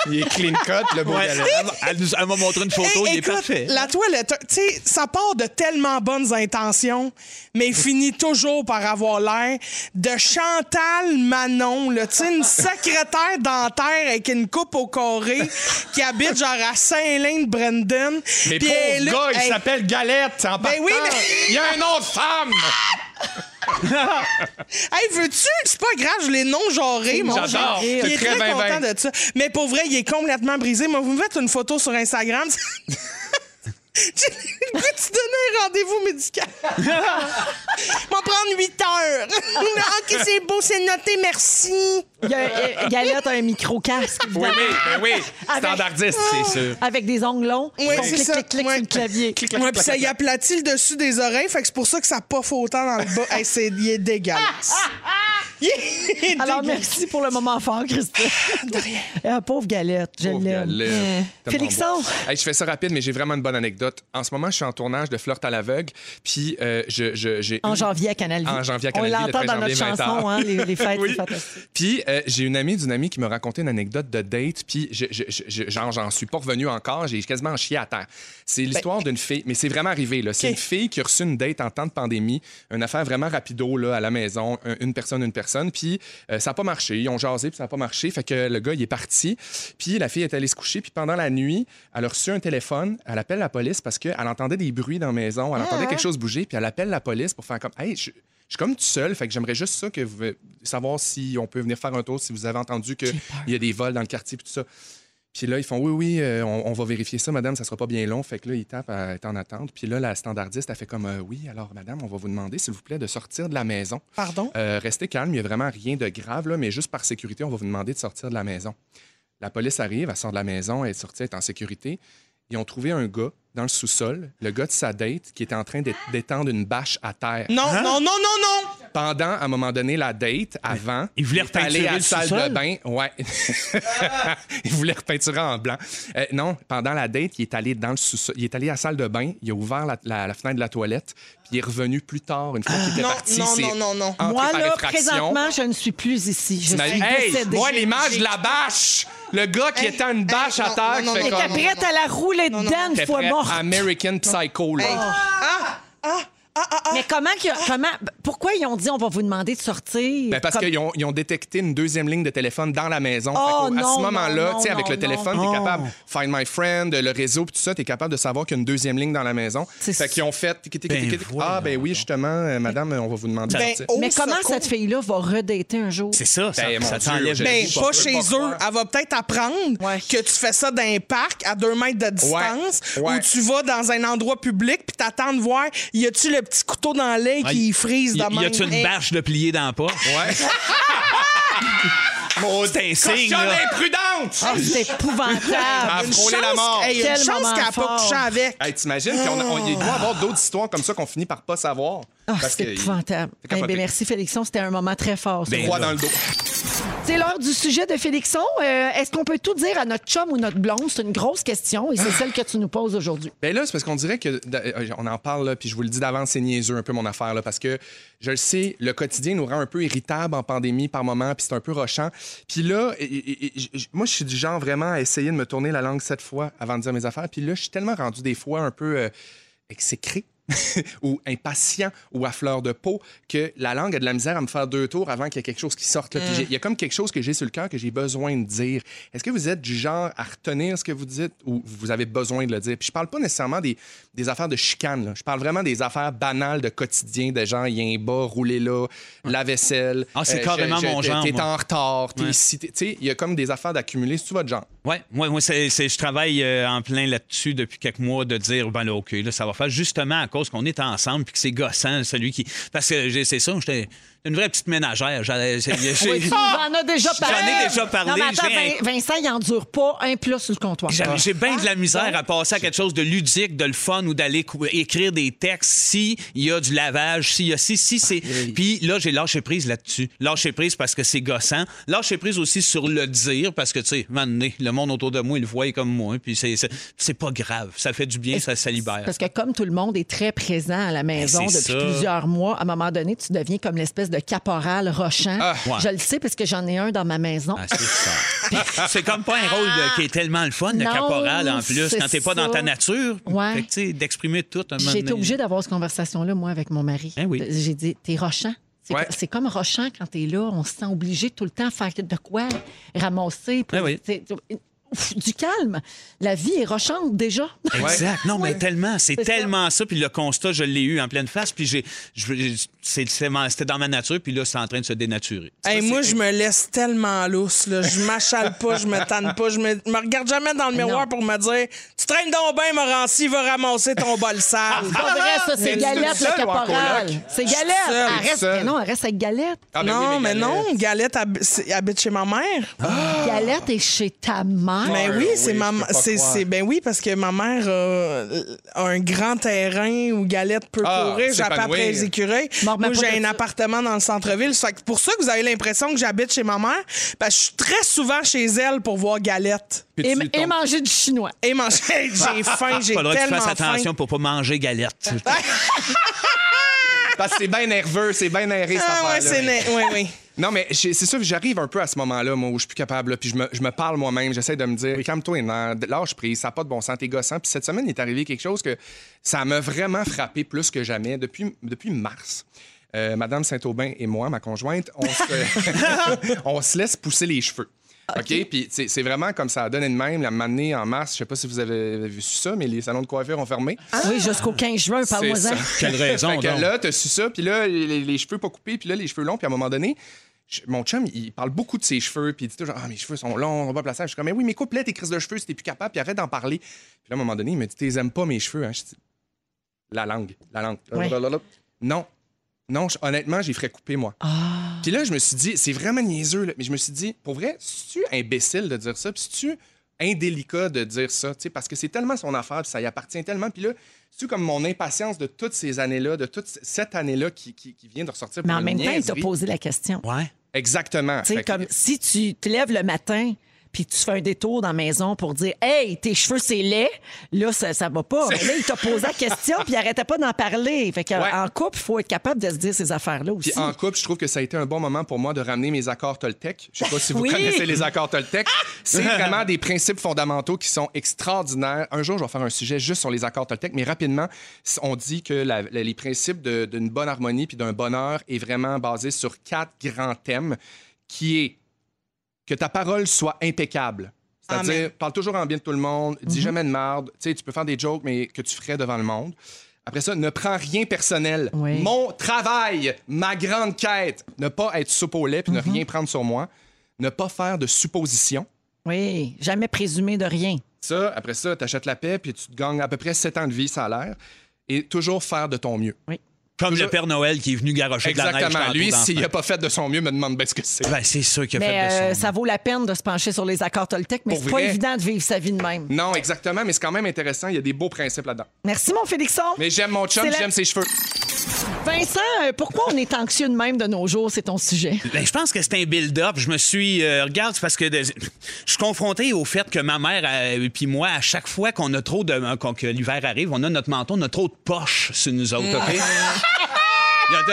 C: Il est clean cut, le beau
D: Ouais,
C: galet.
D: elle, elle nous- elle m'a montré une photo,
F: Hey,
D: il est
F: écoute,
D: parfait. hein.
F: La toilette, tu sais, ça part de tellement bonnes intentions, mais finit toujours par avoir l'air de Chantal Manon, là, tu sais, une secrétaire dentaire avec une coupe au carré qui habite genre à Saint-Lin-de-Brendan. Puis
C: Mais pauvre
F: elle est là,
C: gars, il
F: hey,
C: s'appelle Galette, en
F: Ben oui,
C: partant.
F: mais-
C: Il y a un nom de femme!
F: hey, veux-tu? C'est pas grave, je l'ai non-genré, mon chien.
C: J'adore. C'est
F: Il est
C: très
F: très,
C: ben,
F: content
C: ben.
F: de ça. Mais pour vrai, il est complètement brisé. Moi, vous me faites une photo sur Instagram. Pourrais-tu donner un rendez-vous médical? M'en prendre 8 heures. OK, c'est beau, c'est noté, merci.
A: Il y a, euh, Galette a un micro-casque.
D: Oui, oui, ben oui.
A: Avec-
D: Standardiste,
A: Oh.
D: c'est
C: euh,
D: sûr.
A: Avec des ongles longs.
F: Oui,
A: Bon,
F: c'est
A: clic,
F: ça.
A: clic, clic,
F: Ouais.
A: sur le clavier.
F: Ouais, puis ça y aplatit le dessus des oreilles, fait que c'est pour ça que ça poffe autant dans le bas. Hey, c'est, il est dégueulasse. Il est
A: Alors,
F: dégueulasse.
A: merci pour le moment fort, Christophe. De rien. pauvre Galette, je
C: Pauvre
A: l'aime.
C: Galette.
A: Euh,
C: Tellement
A: Félixon,
C: bon. Hey, je fais ça rapide, mais j'ai vraiment une bonne anecdote. En ce moment, je suis en tournage de Flirt à l'aveugle, puis euh, je, je- j'ai...
A: en janvier à Canal Vie.
C: En janvier à
A: On
C: Canal Vie, le
A: l'entend
C: 13
A: dans notre
C: janvier, 20 heures.
A: chanson, hein, les, les fêtes,
C: Oui.
A: c'est fantastique.
C: Puis euh, j'ai une amie d'une amie qui m'a raconté une anecdote de date, puis je, je- je- je- genre, j'en suis pas revenu encore, j'ai quasiment chié à terre. C'est l'histoire d'une fille, mais c'est vraiment arrivé. Là. C'est une fille qui a reçu une date en temps de pandémie, une affaire vraiment rapido là, à la maison, un- une personne, une personne, puis euh, ça n'a pas marché. Ils ont jasé, puis ça n'a pas marché, fait que le gars, il est parti, puis la fille est allée se coucher, puis pendant la nuit, elle a reçu un téléphone, elle appelle la police parce qu'elle entendait des bruits dans la maison, elle
M: Ah,
C: entendait
M: ah.
C: quelque chose bouger, puis elle appelle la police pour faire comme, hey, je... Je suis comme tout seul, fait que j'aimerais juste ça que vous, savoir si on peut venir faire un tour, si vous avez entendu qu'il y a des vols dans le quartier puis tout ça. Puis là, ils font oui, oui, euh, on, on va vérifier ça, madame, ça sera pas bien long. Fait que là, ils tapent, elle est en attente. Puis là, la standardiste, elle fait comme euh, oui, alors madame, on va vous demander, s'il vous plaît, de sortir de la maison.
F: Pardon?
C: Euh, restez calme, il n'y a vraiment rien de grave, là, mais juste par sécurité, on va vous demander de sortir de la maison. La police arrive, elle sort de la maison, elle est sortie, elle est en sécurité. Ils ont trouvé un gars dans le sous-sol, le gars de sa date, qui était en train d'é- d'étendre une bâche à terre.
F: Non, non, non, non, non.
C: Pendant, à un moment donné, la date, avant, il
D: voulait
C: est
D: repeinturer
C: allé à
D: le
C: la salle
D: sous-sol?
C: de bain. Ouais. il voulait repeinturer en blanc. Euh, non, pendant la date, il est allé dans le sous-sol. Il est allé à la salle de bain, il a ouvert la, la- la fenêtre de la toilette, puis il est revenu plus tard, une fois qu'il était
F: Non,
C: parti.
F: Ah! non,
C: c'est
F: non, non, non.
C: entré
A: Moi,
C: par
A: là,
C: effraction.
A: présentement, je ne suis plus ici. Je suis
C: T'imagines- Hey,
A: décédée.
C: moi, l'image de la bâche! Le gars qui était une bâche à terre, qui fait
A: J'étais
C: comme-
A: prête à la rouler dedans une
C: T'es
A: fois
C: prêt?
A: morte.
C: American Psycho, là.
A: Mais comment, qu'il y a- comment, pourquoi ils ont dit on va vous demander de sortir?
C: Ben, parce
A: Comme-
C: qu'ils ont, ils ont détecté une deuxième ligne de téléphone dans la maison.
A: Oh,
C: Fait qu'au- à
A: non,
C: ce moment-là,
A: non,
C: tu sais,
A: non,
C: avec le
A: non.
C: téléphone,
A: Oh.
C: t'es capable, Find My Friend, le réseau, puis tout ça, t'es capable de savoir qu'il y a une deuxième ligne dans la maison. Fait qu'ils ont fait. tic, tic, tic, tic, tic. ah, ben oui, justement, euh, madame, on va vous demander.
F: Ben,
A: Ben,
C: de
F: oh,
C: sortir.
A: mais comment cette fille-là va redater un jour?
D: C'est ça, ça,
C: Ben, mon
D: ça
C: Dieu,
D: t'enlève
C: je-
D: le
F: Ben,
D: goût.
F: pas
C: je peux
F: chez
C: pas
F: eux. Elle va peut-être apprendre que tu fais ça dans un parc à deux mètres de distance
C: Ouais.
F: ou tu vas dans un endroit public puis t'attends de voir y a-tu le petit couteau dans l'œil
D: Ouais,
F: qui frise
D: y-
F: de même.
D: Y a-tu une
F: Hey.
D: bâche de plier dans la poche? Ouais. C'est un signe,
C: Cochonne
D: là.
C: imprudente!
A: Ah, c'est épouvantable.
C: À
F: Une
C: frôler la
F: chance-
C: mort.
F: Hey, une
A: Quel
F: chance
A: moment
F: qu'elle a pas
A: fort.
F: couché avec.
C: Hey, t'imagines qu'on a- on- il doit y avoir d'autres histoires comme ça qu'on finit par pas savoir.
A: Ah,
C: Parce
A: c'est
C: que-
A: épouvantable.
C: Fait
A: Eh
C: capoter.
A: bien, merci, Félixon. C'était un moment très fort. ça.
C: Ben, Froid dans le dos.
A: C'est l'heure du sujet de Félixon. Euh, Est-ce qu'on peut tout dire à notre chum ou notre blonde? C'est une grosse question et c'est celle que tu nous poses aujourd'hui.
C: Ben là, c'est parce qu'on dirait que d'a- euh, on en parle là, puis je vous le dis d'avance, c'est niaiseux un peu mon affaire là, parce que je le sais, le quotidien nous rend un peu irritable en pandémie par moment, puis c'est un peu rochant. Puis là, et- et- et- j- j- moi, je suis du genre vraiment à essayer de me tourner la langue sept fois avant de dire mes affaires. Puis là, je suis tellement rendu des fois un peu euh, exécré. ou impatient ou à fleur de peau que la langue a de la misère à me faire deux tours avant qu'il y ait quelque chose qui sorte. là. Puis
M: Mm.
C: j'ai- Il y a comme quelque chose que j'ai sur le cœur que j'ai besoin de dire. Est-ce que vous êtes du genre à retenir ce que vous dites ou vous avez besoin de le dire? Puis je parle pas nécessairement des, des affaires de chicane. là. Je parle vraiment des affaires banales de quotidien, de genre, il y a un bas, roulez là, la vaisselle.
D: Ah, c'est carrément mon
C: t'es-
D: genre,
C: T'es
D: moi.
C: en retard, t'es
D: Ouais.
C: ici. t'es- Tu sais, il y a comme des affaires d'accumuler. C'est-tu votre genre?
D: Oui, moi, moi c'est, c'est- je travaille euh, en plein là-dessus depuis quelques mois de dire, ben là, OK, là, ça va faire justement à cause qu'on est ensemble puis que c'est gossant, celui qui. Parce que j'ai- c'est ça, j'étais une vraie petite ménagère. J'allais- j'ai- j'ai-
A: Oui, tu nous en as déjà
D: J'en ai
A: parlé.
D: déjà parlé,
A: Non, mais attends, ben,
D: j'ai
A: Vin- Vincent, il n'en dure pas un plat sur le comptoir.
D: J'ai, j'ai bien de la
A: Ah.
D: misère à passer à quelque chose de ludique, de le fun ou d'aller cou- écrire des textes si il y a du lavage, s'il y a si, si c'est.
A: Ah,
D: Puis là, j'ai lâché prise là-dessus. Lâché prise parce que c'est gossant. Lâché prise aussi sur le dire parce que, tu sais, un moment donné, le monde autour de moi, il le voit comme moi. Puis c'est, c'est, c'est pas grave. Ça fait du bien, ça, ça libère.
A: Parce que comme tout le monde est très présent à la maison
D: Ben,
A: depuis
D: c'est ça.
A: plusieurs mois, à un moment donné, tu deviens comme l'espèce de caporal rochant.
D: Ah, ouais.
A: Je le sais parce que j'en ai un dans ma maison.
D: Ah, c'est ça. c'est comme pas un rôle de- qui est tellement le fun, le
A: Non,
D: caporal en plus,
A: c'est
D: quand t'es pas dans
A: ça.
D: ta nature.
A: Ouais.
D: Fait que, tu sais, d'exprimer tout un moment
A: J'ai été
D: donné. Ben
A: obligée d'avoir cette conversation-là, moi, avec mon mari. J'ai dit, t'es rochant. C'est
D: Ouais.
A: co- c'est comme rochant quand t'es là. On se sent obligé tout le temps à faire de quoi ramasser. pour-
D: Ah oui.
A: c'est- Ouf, du calme. La vie est rochante déjà.
D: Exact. Non, mais tellement. C'est
A: C'est ça.
D: tellement ça. Puis le constat, je l'ai eu en pleine face. Puis j'ai, je- c'est- c'est ma- c'était dans ma nature. Puis là, c'est en train de se dénaturer.
F: Hey, moi, je me laisse tellement lousse. Là. Je m'achale pas, je me tanne pas. Je me, me regarde jamais dans le miroir pour me dire « Tu Tu traînes donc bien, Morancy, va ramasser ton bol sale.
A: C'est pas vrai, ça, c'est
F: Mais tu
A: Galette,
F: es toute
A: le
F: seule ou en
A: caporal.
F: coloc?
A: C'est
F: Je suis
A: Galette.
F: seule.
A: Elle reste, mais non, elle reste avec Galette.
F: Ah, ben oui,
A: non,
F: mais non, Galette hab- c'est- habite chez ma mère.
A: Galette est chez ta mère.
F: Mais Ben oui, c'est ma c'est c'est- ben oui parce que ma mère a, a un grand terrain où Galette peut
A: Ah,
F: courir, j'appelle
A: s'épanouir.
F: après les écureuils.
A: M'en remets
F: Moi
A: pas
F: j'ai
A: de
F: un
A: ça.
F: appartement dans le centre-ville, Fait que pour ça que vous avez l'impression que j'habite chez ma mère, parce que je suis très souvent chez elle pour voir Galette
A: Puis tu Et- tombes- et manger du chinois.
F: Et manger j'ai faim, j'ai
D: Faudrait
F: tellement
D: que tu fasses
F: faim.
D: attention pour pas manger galette.
C: Ah. Parce que c'est bien nerveux, c'est bien aéré, cette
F: Ah, ouais,
C: affaire-là.
F: c'est na- oui, oui.
C: Non, mais j'ai- c'est sûr, j'arrive un peu à ce moment-là, moi, où je suis plus capable, là, puis je me, je me parle moi-même, j'essaie de me dire, calme-toi, non, lâche prise, ça n'a pas de bon sens, t'es gossant. Puis cette semaine, il est arrivé quelque chose que ça m'a vraiment frappé plus que jamais depuis, depuis mars. euh, Madame Saint-Aubin et moi, ma conjointe, on se, on se laisse pousser les cheveux. OK? Puis c'est c'est vraiment comme ça a donné de même. La manée en mars, je sais pas si vous avez vu ça, mais les salons de coiffure ont fermé.
A: Oui, jusqu'au 15 juin, parle-moi-en.
C: C'est ça. Fait que là, t'as su ça, puis là, les, les cheveux pas coupés, puis là, les cheveux longs, puis à un moment donné, je- mon chum, il parle beaucoup de ses cheveux, puis il dit toujours Ah, mes cheveux sont longs, on va pas placer. Je suis comme Mais oui, mais coupe-les tes crises de cheveux si t'es plus capable, puis arrête d'en parler. Puis là, à un moment donné, il me dit T'es aimes pas mes cheveux, hein? Je dis, La langue, la langue.
L: Ouais.
C: Non. Non, je- honnêtement, j'y ferais couper, moi.
A: Ah.
C: Puis là, je me suis dit, c'est vraiment niaiseux, là, mais je me suis dit, pour vrai, c'est-tu imbécile de dire ça? Puis c'est-tu indélicat de dire ça? Tu sais, Parce que c'est tellement son affaire, puis ça y appartient tellement. Puis là, c'est-tu comme mon impatience de toutes ces années-là, de toute cette année-là qui, qui- qui vient de ressortir?
A: Mais
C: pour
A: en
C: une
A: même temps, il t'a
C: niaiserie?
A: posé la question.
D: Ouais.
C: Exactement.
A: Tu sais,
C: Fait que-
A: comme si tu te lèves le matin puis tu fais un détour dans la maison pour dire Hey, tes cheveux, c'est laid. Là, ça, ça va pas. Mais là, il t'a posé la question puis il arrêtait pas d'en parler. Fait qu'en en couple, il faut être capable de se dire ces affaires-là aussi.
C: Puis en couple, je trouve que ça a été un bon moment pour moi de ramener mes accords Toltec. Je sais pas si vous
A: Oui. Ah!
C: connaissez les accords Toltec. C'est vraiment des principes fondamentaux qui sont extraordinaires. Un jour, je vais faire un sujet juste sur les accords Toltec, mais rapidement, on dit que la- la- les principes de- d'une bonne harmonie puis d'un bonheur est vraiment basé sur quatre grands thèmes qui est que ta parole soit impeccable.
L: Amen.
C: C'est-à-dire, parle toujours en bien de tout le monde, dis
A: Mhm.
C: jamais de marde. Tu sais, tu peux faire des jokes, mais que tu ferais devant le monde. Après ça, ne prends rien personnel. Mon travail, ma grande quête, ne pas être soupe au lait puis
A: Mhm.
C: ne rien prendre sur moi. Ne pas faire de suppositions.
A: Oui, jamais présumer de rien.
C: Ça, après ça, t'achètes la paix puis tu te gagnes à peu près 7 ans de vie, ça a l'air. Et toujours faire de ton mieux.
D: Comme le Père Noël qui est venu garocher de la neige.
C: Exactement.
D: tantôt
C: Lui,
D: dans la
C: s'il
D: fenêtre.
C: n'a pas fait de son mieux, me demande bien ce que c'est.
D: Ben, c'est sûr qu'il
A: Mais euh, ça vaut la peine de se pencher sur les accords Toltec, mais
C: Pour
A: c'est pas
C: vrai.
A: évident de vivre sa vie de même.
C: Non, exactement, mais c'est quand même intéressant. Il y a des beaux principes là-dedans.
A: Merci, mon Félixon.
C: Mais j'aime mon chum,
A: C'est la-
C: j'aime ses cheveux.
A: Vincent, euh, pourquoi on est anxieux de même de nos jours? C'est ton sujet.
D: Ben, je pense que c'est un build-up. Je me suis. euh, regarde, c'est parce que de- je suis confronté au fait que ma mère euh, et puis moi, à chaque fois qu'on a trop de. euh, qu'on- que l'hiver arrive, on a notre menton, on a trop de poches sur nous autres. OK?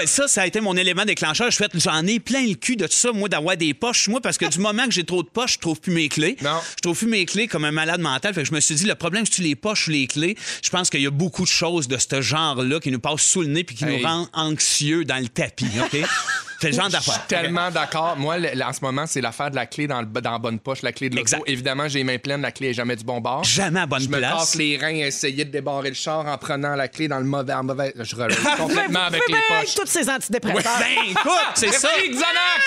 D: Ça, ça a été mon élément déclencheur. Je fais, j'en ai plein le cul de tout ça, moi, d'avoir des poches. Moi, parce que du moment que j'ai trop de poches, je trouve plus mes clés. Je trouve plus mes clés comme un malade mental. Fait que je me suis dit, le problème, c'est les poches ou les clés. Je pense qu'il y a beaucoup de choses de ce genre-là qui nous passent sous le nez puis qui
C: Hey.
D: nous rendent anxieux dans le tapis. OK? c'est le genre
C: Je suis
D: d'affaire.
C: tellement d'accord. Moi, le- le- en ce moment, c'est l'affaire de la clé dans, le, dans la bonne poche, la clé de l'auto. Évidemment, j'ai les mains pleines, la clé est jamais du bon bord.
D: Jamais à bonne
C: je me
D: place.
C: casse les reins à essayer de débarrer le char en prenant la clé dans le mauvais... en mauvais- Je relève
A: Vous
C: complètement avec
A: pouvez
C: les
A: bien
C: poches.
A: avec tous ces antidépresseurs.
D: Ben écoute, c'est ça.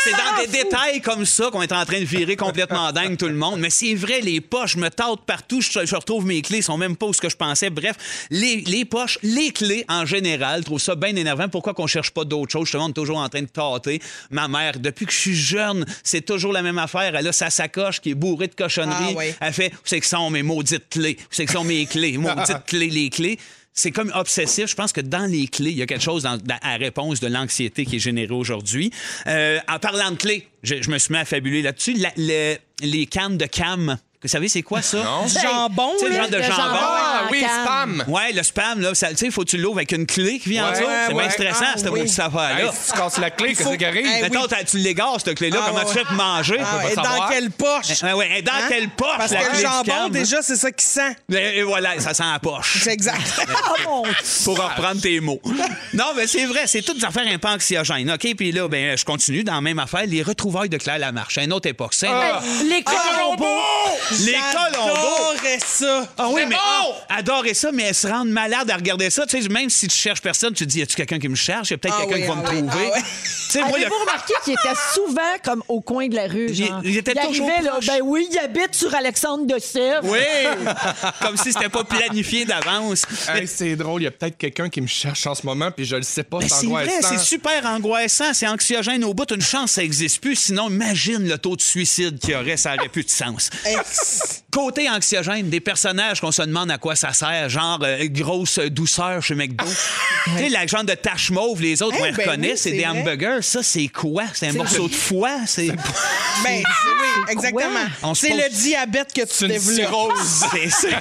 D: C'est dans des détails comme ça qu'on est en train de virer complètement dingue tout le monde. Mais c'est vrai, les poches, je me tâte partout, je, je retrouve mes clés, sont même pas où ce que je pensais. Bref, les, les poches, les clés en général, je trouve ça bien énervant. Pourquoi qu'on cherche pas d'autres choses? Justement, on est toujours en train de tâter. Ma mère, depuis que je suis jeune, c'est toujours la même affaire. Elle a sa sacoche qui est bourrée de cochonneries.
F: Ah ouais.
D: Elle fait, où c'est que sont mes maudites clés? Où c'est que sont mes clés? Maudites clés, les clés. C'est comme obsessif. Je pense que dans les clés, il y a quelque chose dans, dans la réponse de l'anxiété qui est générée aujourd'hui. Euh, en parlant de clés, je, je me suis mis à fabuler là-dessus. La- le- les cannes de cam. Vous savez, c'est quoi ça?
F: Du jambon,
D: Tu sais, le
F: là.
D: genre de
F: Le
D: ben, jambon.
F: jambon
A: hein,
F: Ah, en oui, canne. spam.
D: Ouais, le spam, là. ça- Tu sais, faut que tu l'ouvres avec une clé qui vient en
C: Ouais,
D: dessous. C'est
C: ouais.
D: bien stressant,
C: Ah,
D: cette
C: oui.
D: petite affaire-là.
C: Hey, si tu casses la clé,
D: Il
C: qu'est-ce
D: faut-
C: qui arrive?
D: Hey, Mettons,
C: oui.
D: t'as- tu l'égares, cette clé-là.
F: Ah,
D: comment
F: ouais.
D: tu fais pour manger?
F: Ah,
D: On peut pas
F: et dans
D: savoir.
F: quelle poche?
D: Ah, ouais, et dans
F: Hein?
D: quelle poche?
F: Parce
D: la
F: que le
D: clé du
F: jambon,
D: cam, hein?
F: déjà, c'est ça qui sent.
D: Et et voilà, ça sent la poche.
F: C'est exact.
A: Ah,
D: Pour reprendre tes mots. Non, mais c'est vrai, c'est toutes des affaires un peu anxiogènes. OK, puis là, ben, je continue dans la même affaire. Les retrouvailles de Claire Lamarche, à une autre époque. C'est
F: Ah.
D: Les
F: Ah,
D: Colombos! Les Colombos!
F: J'adorais Adorait ça. Ah oui,
D: mais adorait ça, mais elle se rend malade à regarder ça. Tu sais, même si tu cherches personne, tu te dis, y a-tu quelqu'un qui me cherche? Y a peut-être
A: Ah
D: quelqu'un
A: oui,
D: qui va
A: ah
D: me
A: oui,
D: trouver.
A: ah ouais.
D: Tu sais, moi, le-
A: Avez-vous remarqué qu'il était souvent comme au coin de la rue? Genre.
D: il était toujours
A: arrivait, là, ben oui, il habite sur Alexandre de Sèvres.
D: Oui! Comme si c'était pas planifié d'avance.
C: Hey, c'est drôle, il y a peut-être quelqu'un qui me cherche en ce moment, puis je le sais pas,
D: Ben,
C: c'est
D: c'est vrai,
C: angoissant.
D: c'est super angoissant, c'est anxiogène au bout. Une chance, ça n'existe plus. Sinon, imagine le taux de suicide qu'il y aurait, ça n'aurait plus de sens. Côté anxiogène, des personnages qu'on se demande à quoi ça sert, genre euh, grosse douceur chez McDo. tu sais, la genre de tache mauve, les autres,
F: Eh
D: on les
F: ben
D: reconnaît,
F: oui,
D: c'est
F: c'est
D: des
F: vrai.
D: hamburgers. Ça, c'est quoi? C'est un
F: C'est-
D: morceau de foie? C'est.
F: Ben, oui, exactement.
D: On se
F: C'est
D: pose-
F: le diabète que tu
D: C'est une
F: développes.
D: cirrhose. C'est ça.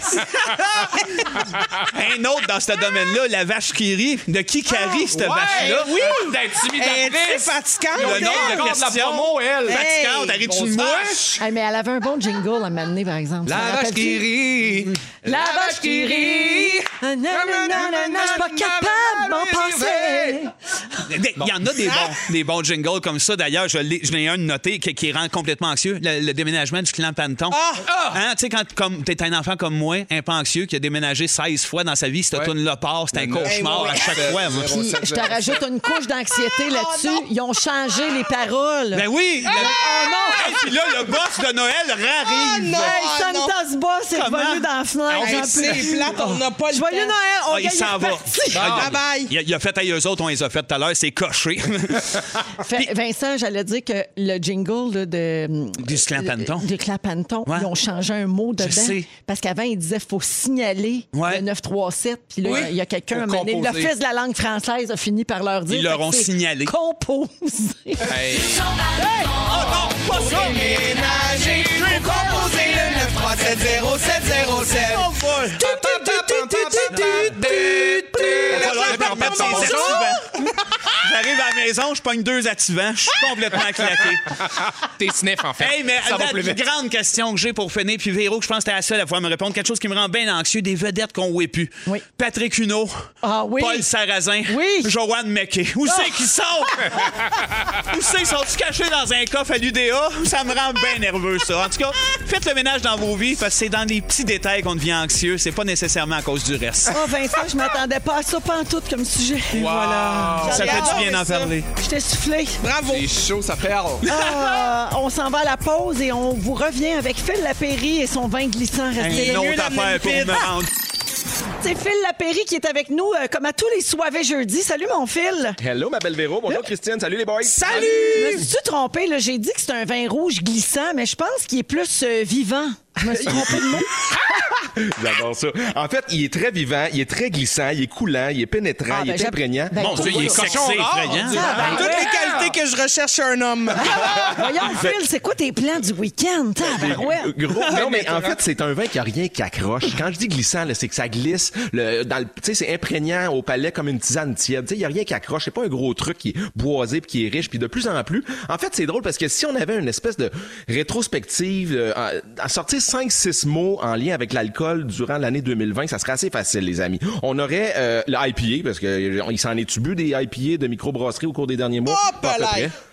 D: un autre dans ce domaine-là, la vache qui rit. De qui qui rit, cette
F: ouais,
D: vache-là?
F: oui.
D: D'intimidatrice.
F: Elle est fatigante,
D: Le
F: elle.
D: nombre de
F: Encore de la
D: questions.
F: promo, elle.
D: Fatigante,
F: Hey,
D: arrête-tu
F: grosse
D: de moi?
A: Hey, mais elle avait un bon jingle à m'amener, par exemple. Ça me rappelle-tu?
D: rit.
A: La vache qui rit. Na, na, na, na, na, Je suis pas capable d'en penser.
D: Il y en a Eh, des
E: Ah.
D: bons, des bons jingles comme ça. D'ailleurs, je l'ai je l'ai un noté qui, qui rend complètement anxieux. Le, le déménagement du clan Panton.
E: Ah!
D: Hein, tu sais, quand comme, t'es un enfant comme moi, un peu anxieux, qui a déménagé 16 fois dans sa vie, cette tourne le part, c'est un
C: Mais non.
D: cauchemar
C: Eh oui.
D: à chaque fois. moi.
A: Puis, je te rajoute une couche d'anxiété là-dessus. Ils ont changé les paroles.
D: Ben oui!
E: Ah!
D: le- Hey, puis là, le boss de Noël rarrive.
A: Hey, Sam
F: non.
A: Tasba, c'est
D: Comment?
A: revenu dans la fenêtre.
D: Hey,
A: j'en
D: c'est
A: peux plus.
D: plate, on n'a
F: pas le
A: Joyeux
F: temps.
A: Noël, on
D: Ah, il
A: gagne,
D: s'en
A: est
D: va.
A: parti.
D: Ah, Il, a, il a fait à eux autres, on les a fait tout à l'heure, c'est coché.
A: Fait- Vincent, j'allais dire que le jingle là, de. euh,
D: Du Clapanton.
A: De Clapanton, ils ont changé un mot dedans.
D: sais.
A: Parce qu'avant, ils disaient faut signaler le 937. Puis là,
D: Oui.
A: il y a quelqu'un à un
D: Faut
A: moment donné,
D: composer.
A: L'Office de la langue française a fini par leur dire.
D: Ils leur
A: fait que
D: ont
A: c'est
D: signalé.
A: Composer.
D: Hey.
E: Hey! Oh non, pas ça! Déménager, faut composer le 9370707.
D: Oh,
E: On vole!
D: J'arrive à la maison, je pogne deux activants, je suis complètement claqué.
C: T'es sniff, en fait.
D: Hey, mais
C: Ça va
D: la
C: plus vite.
D: grande question que j'ai pour finir, puis Véro, que je pense que t'es la seule à pouvoir me répondre, quelque chose qui me rend bien anxieux, des vedettes qu'on ouait plus. Patrick Huneau,
A: Ah
D: Paul Sarrazin, Joanne Mackey. Où c'est qu'ils sont? Où c'est qu'ils sont-ils cachés dans un coffre à l'UDA? Ça me rend bien nerveux, ça. En tout cas, faites le ménage dans vos vies, parce que c'est dans les petits détails qu'on devient anxieux. C'est pas nécessairement à cause du reste.
A: Oh, Vincent, je m'attendais pas à ça, pas en tout comme sujet.
D: Voilà.
A: Ah,
D: Ça fait du bien d'en parler.
A: Je t'ai soufflé.
F: Bravo.
C: C'est chaud, ça perle.
A: Ah, on s'en va à la pause et on vous revient avec Phil Lapéry et son vin glissant. Restez
D: Une
A: là.
D: autre affaire pour me rendre.
A: C'est Phil Lapéry qui est avec nous, euh, comme à tous les soirées jeudi. Salut, mon Phil.
M: Hello, ma belle Véro. Bonjour, Christine. Salut, les boys.
A: Je me suis trompé, là. J'ai dit que c'est un vin rouge glissant, mais je pense qu'il est plus euh, vivant.
M: Ah,
A: Je me suis trompé de mot.
M: J'adore ça. En fait, il est très vivant, il est très glissant, il est coulant, il est pénétrant,
F: Ah,
M: il
F: ben,
M: est hein?
F: j'ai-
M: imprégnant.
F: ben, Mon Dieu, il est pourquoi? sexy, Cochon rare, effrayant. on dirait. Ah, ben, Toutes les ouais. qualités que je recherche chez un homme.
A: Voyons, Phil, c'est quoi tes plans du week-end? Tabarouette.
M: Gros, non, mais en fait, c'est un vin qui a rien qui accroche. Quand je dis glissant, là, c'est que ça glisse. Le, dans le, tu sais, c'est imprégnant au palais comme une tisane tiède. Tu sais, Il y a rien qui accroche. C'est pas un gros truc qui est boisé puis qui est riche. Puis de plus en plus, en fait, c'est drôle parce que si on avait une espèce de rétrospective, euh, à, à sortir 5-6 mots en lien avec l'alcool durant l'année 2020, ça serait assez facile, les amis. On aurait euh, le IPA, parce que euh, il s'en est tubu des IPA de microbrasserie au cours des derniers mois.
F: Hop
M: à peu
F: là!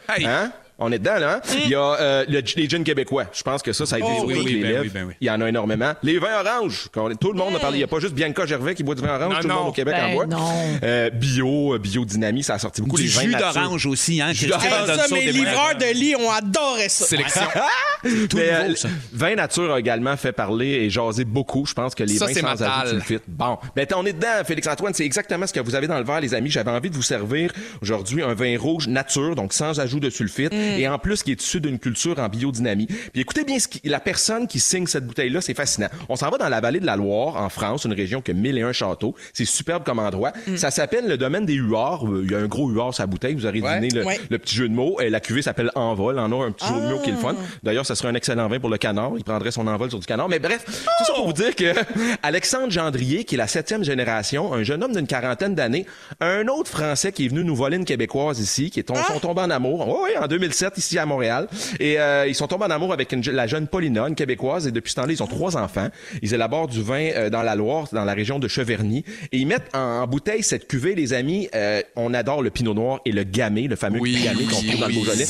M: près. Hein? On est dedans, là. hein? Il y a euh, le- les jeans québécois. Je pense que ça, ça a été
D: Hum. Oh,
M: sur
D: oui,
M: toutes
D: oui,
M: les
D: ben
M: lèvres.
D: oui, ben oui.
M: Il y en a énormément. Les vins oranges. qu'on- Tout le monde en parle. Il n'y a pas juste Bianca Gervais qui boit du vin orange.
D: Non,
M: tout le
D: non.
M: monde au Québec
D: Ben
M: en boit.
D: non.
M: Euh, bio, euh, biodynamie, ça a sorti beaucoup.
D: Du
M: les vins
D: jus
M: nature.
D: d'orange aussi, hein?
M: Jus
D: Christophe
M: d'orange.
D: donne
F: Ça,
D: ça au
F: mes
D: dépanneur.
F: livreurs de lit ont adoré ça. Ah
M: Mais, euh, Vin nature a également fait parler et jaser beaucoup. Je pense que les
C: Ça,
M: vins
C: c'est
M: sans
C: mental.
M: ajout, tu le fites. Bon. Ben, t- on est dedans, Félix-Antoine. C'est exactement ce que vous avez dans le verre, les amis. J'avais envie de vous servir aujourd'hui un vin rouge nature, donc sans ajout de sulfite.
F: Mm.
M: Et en plus, qui est issu d'une culture en biodynamie. Puis écoutez bien ce qui- la personne qui signe cette bouteille-là, c'est fascinant. On s'en va dans la vallée de la Loire, en France, une région qui a 1001 châteaux. C'est superbe comme endroit.
F: Mm.
M: Ça s'appelle le domaine des huards. Euh, Il y a un gros huard sur la bouteille. Vous aurez deviné le,
F: Ouais.
M: le petit jeu de mots. Euh, La cuvée s'appelle Envol. En or, un petit jeu de mots qui est le fun.
F: Ah.
M: D'ailleurs, ça serait un excellent vin pour le canard. Il prendrait son envol sur du canard. Mais bref, tout
F: Oh!
M: ça pour vous dire que Alexandre Gendrier, qui est la septième génération, un jeune homme d'une quarantaine d'années, un autre Français qui est venu nous voler une Québécoise ici, qui est tom- sont tombés en amour. Oh Oui, oui, en 2006. 7 ici à Montréal. Et euh, ils sont tombés en amour avec une je- la jeune Paulina, une Québécoise. Et depuis ce temps-là, ils ont trois enfants. Ils élaborent du vin euh, dans la Loire, dans la région de Cheverny. Et ils mettent en, en bouteille cette cuvée, les amis. Euh, on adore le Pinot Noir et le Gamay, le fameux Gamay qu'on trouve dans le Beaujolais.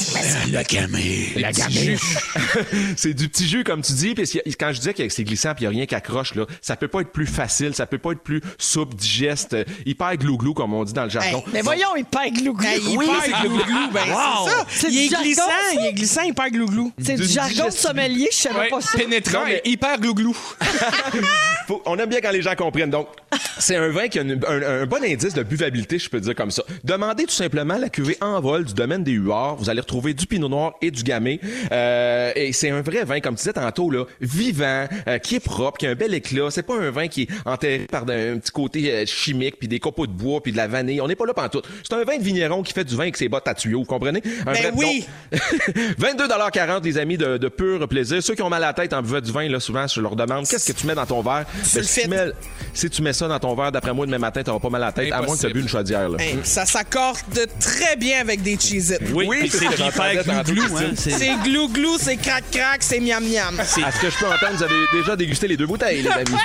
D: La gamée.
M: La gamée. c'est du petit jus, comme tu dis. Puis s'il y a- quand je disais que c'est glissant, puis il n'y a rien qui accroche, là, ça peut pas être plus facile, ça peut pas être plus souple, digeste, euh, hyper glouglou, comme on dit dans le jargon.
A: Mais voyons, il perd glouglou.
F: Ben, il perd glouglou, ben, c'est
A: C'est
F: ça. il
A: du
F: est
A: jargon,
F: glissant,
A: ça?
F: il est glissant, il perd glouglou.
A: C'est du jargon de sommelier, je savais
M: Ouais,
A: pas ça.
M: pénétrant et
F: hyper glouglou.
M: Faut- on aime bien quand les gens comprennent. Donc, c'est un vin qui a une- un, un bon indice de buvabilité, je peux dire comme ça. Demandez tout simplement la cuvée en vol du domaine des Huards. Vous allez retrouver du Pinot Noir et du Gamay. Euh, et c'est un vrai vin, comme tu disais tantôt, là, vivant, euh, qui est propre, qui a un bel éclat. C'est pas un vin qui est enterré par d'un- un petit côté euh, chimique, puis des copeaux de bois, puis de la vanille. On n'est pas là pantoute. C'est un vin de vigneron qui fait du vin avec ses bottes à tuyaux, vous comprenez? Un
F: Ben oui.
M: don. 22,40 les amis, de, de pur plaisir. Ceux qui ont mal à la tête en buvant du vin, là, souvent, je leur demande qu'est-ce que tu mets dans ton verre. Ben, si, tu mets, si tu mets ça dans ton verre, d'après moi, demain matin, t'auras pas mal à la tête, Ah, à moins que tu bu une chaudière. Là.
F: Hey, hein, ça s'accorde très bien avec des Cheez-Its.
M: Oui, Oui, c'est c'est ce que hyper j'entendais tantôt, glouglou, Christine. hein, c'est-
F: C'est glou-glou, c'est crac-crac, c'est miam-miam.
M: À ce que je peux entendre, vous avez déjà dégusté les deux bouteilles, les amis.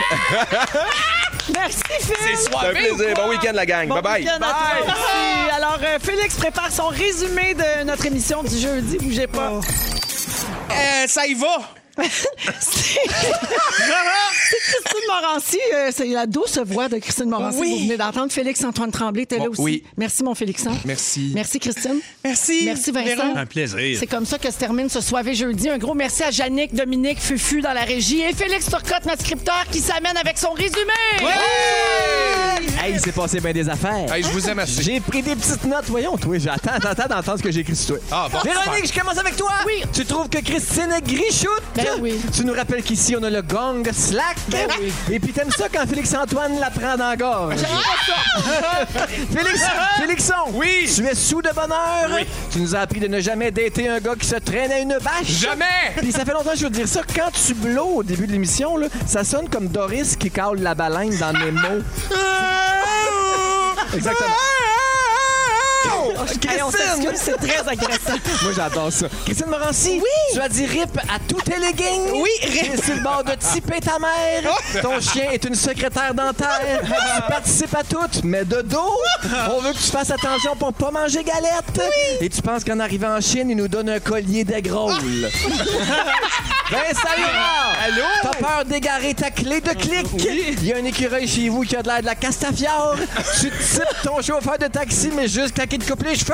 A: Merci, Phil.
M: C'est soirée C'est un plaisir. ou quoi? Bon week-end, la gang.
A: Bon
M: Bye-bye.
A: week-end à toi.
M: Bye.
A: Merci. Alors, euh, Félix prépare son résumé de notre émission du jeudi. Bougez pas.
F: Oh. Euh, ça y va.
A: C'est c'est Christine Morancy. euh, c'est la douce voix de Christine Morancy.
F: Oui.
A: Vous venez d'entendre Félix-Antoine Tremblay. était là
C: Bon,
A: aussi.
C: oui.
A: Merci, mon Félixon.
C: Merci.
A: Merci, Christine.
F: Merci.
A: Merci, Vincent.
F: Véro.
D: Un plaisir.
A: C'est comme ça que se termine ce soirée jeudi. Un gros merci à Yannick, Dominique, Fufu dans la régie et Félix Turcotte, notre scripteur, qui s'amène avec son résumé.
N: Hey, il s'est passé bien des affaires.
C: Hey, je vous aime assez.
N: J'ai pris des petites notes, voyons, toi. J'attends, j'attends d'entendre ce que j'ai écrit sur toi.
C: Ah, bon,
N: Véronique,
C: super.
N: je commence avec toi.
A: Oui.
N: Tu trouves que Christine est grichoute? Tu nous rappelles qu'ici, on a le gong slack.
E: Ben oui.
N: Et puis, t'aimes ça quand Félix-Antoine la prend dans la gorge. Félix, Félixon, oui. tu es sous de bonheur. Tu nous as appris de ne jamais dater un gars qui se traîne à une bâche.
E: Jamais.
N: Puis ça fait longtemps que je veux te dire ça. Quand tu blows au début de l'émission, là, ça sonne comme Doris qui cale la baleine dans Nemo. Exactement.
E: Hey, on s'excuse,
N: c'est très agressant. Oh, Moi, j'adore ça. Christine Morancy, tu as dit rip à tous tes leggings. Oui, rip. Oh! sur le bord de tiper ta mère. Ton chien est une secrétaire dentaire. tu participes à toutes, mais de dos. On veut que tu fasses attention pour pas manger galette. Et tu penses qu'en arrivant en Chine, ils nous donnent un collier d'aigrole. Vincent Lurard! Ah! Allô? T'as peur d'égarer ta clé de clic? Il y a un écureuil chez vous qui a de l'air de la castafiore. tu types ton chauffeur de taxi, mais juste claquer de coupe les cheveux.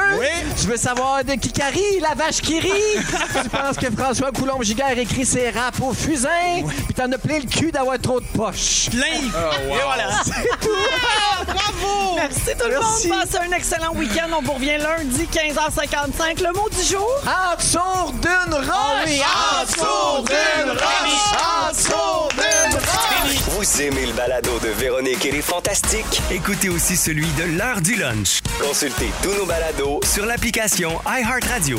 N: Tu veux savoir de qui carie, la vache qui rit. tu penses que François coulombe giguère écrit ses raps au fusain. Puis t'en as plein le cul d'avoir trop de poches.
D: Plein!
E: wow.
N: Et voilà! C'est
E: Ah,
N: tout!
A: Bravo! Merci tout
N: Merci.
A: le monde. Passez un excellent week-end. On vous revient lundi, 15h55. Le mot du jour?
N: En dessous d'une roche!
E: Ah oui, en dessous d'une roche, en dessous d'une roche.
I: Vous aimez le balado de Véronique et les Fantastiques?
J: Écoutez aussi celui de l'heure du lunch
I: Consultez tous nos balados
J: sur l'application iHeartRadio.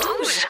I: Rouge.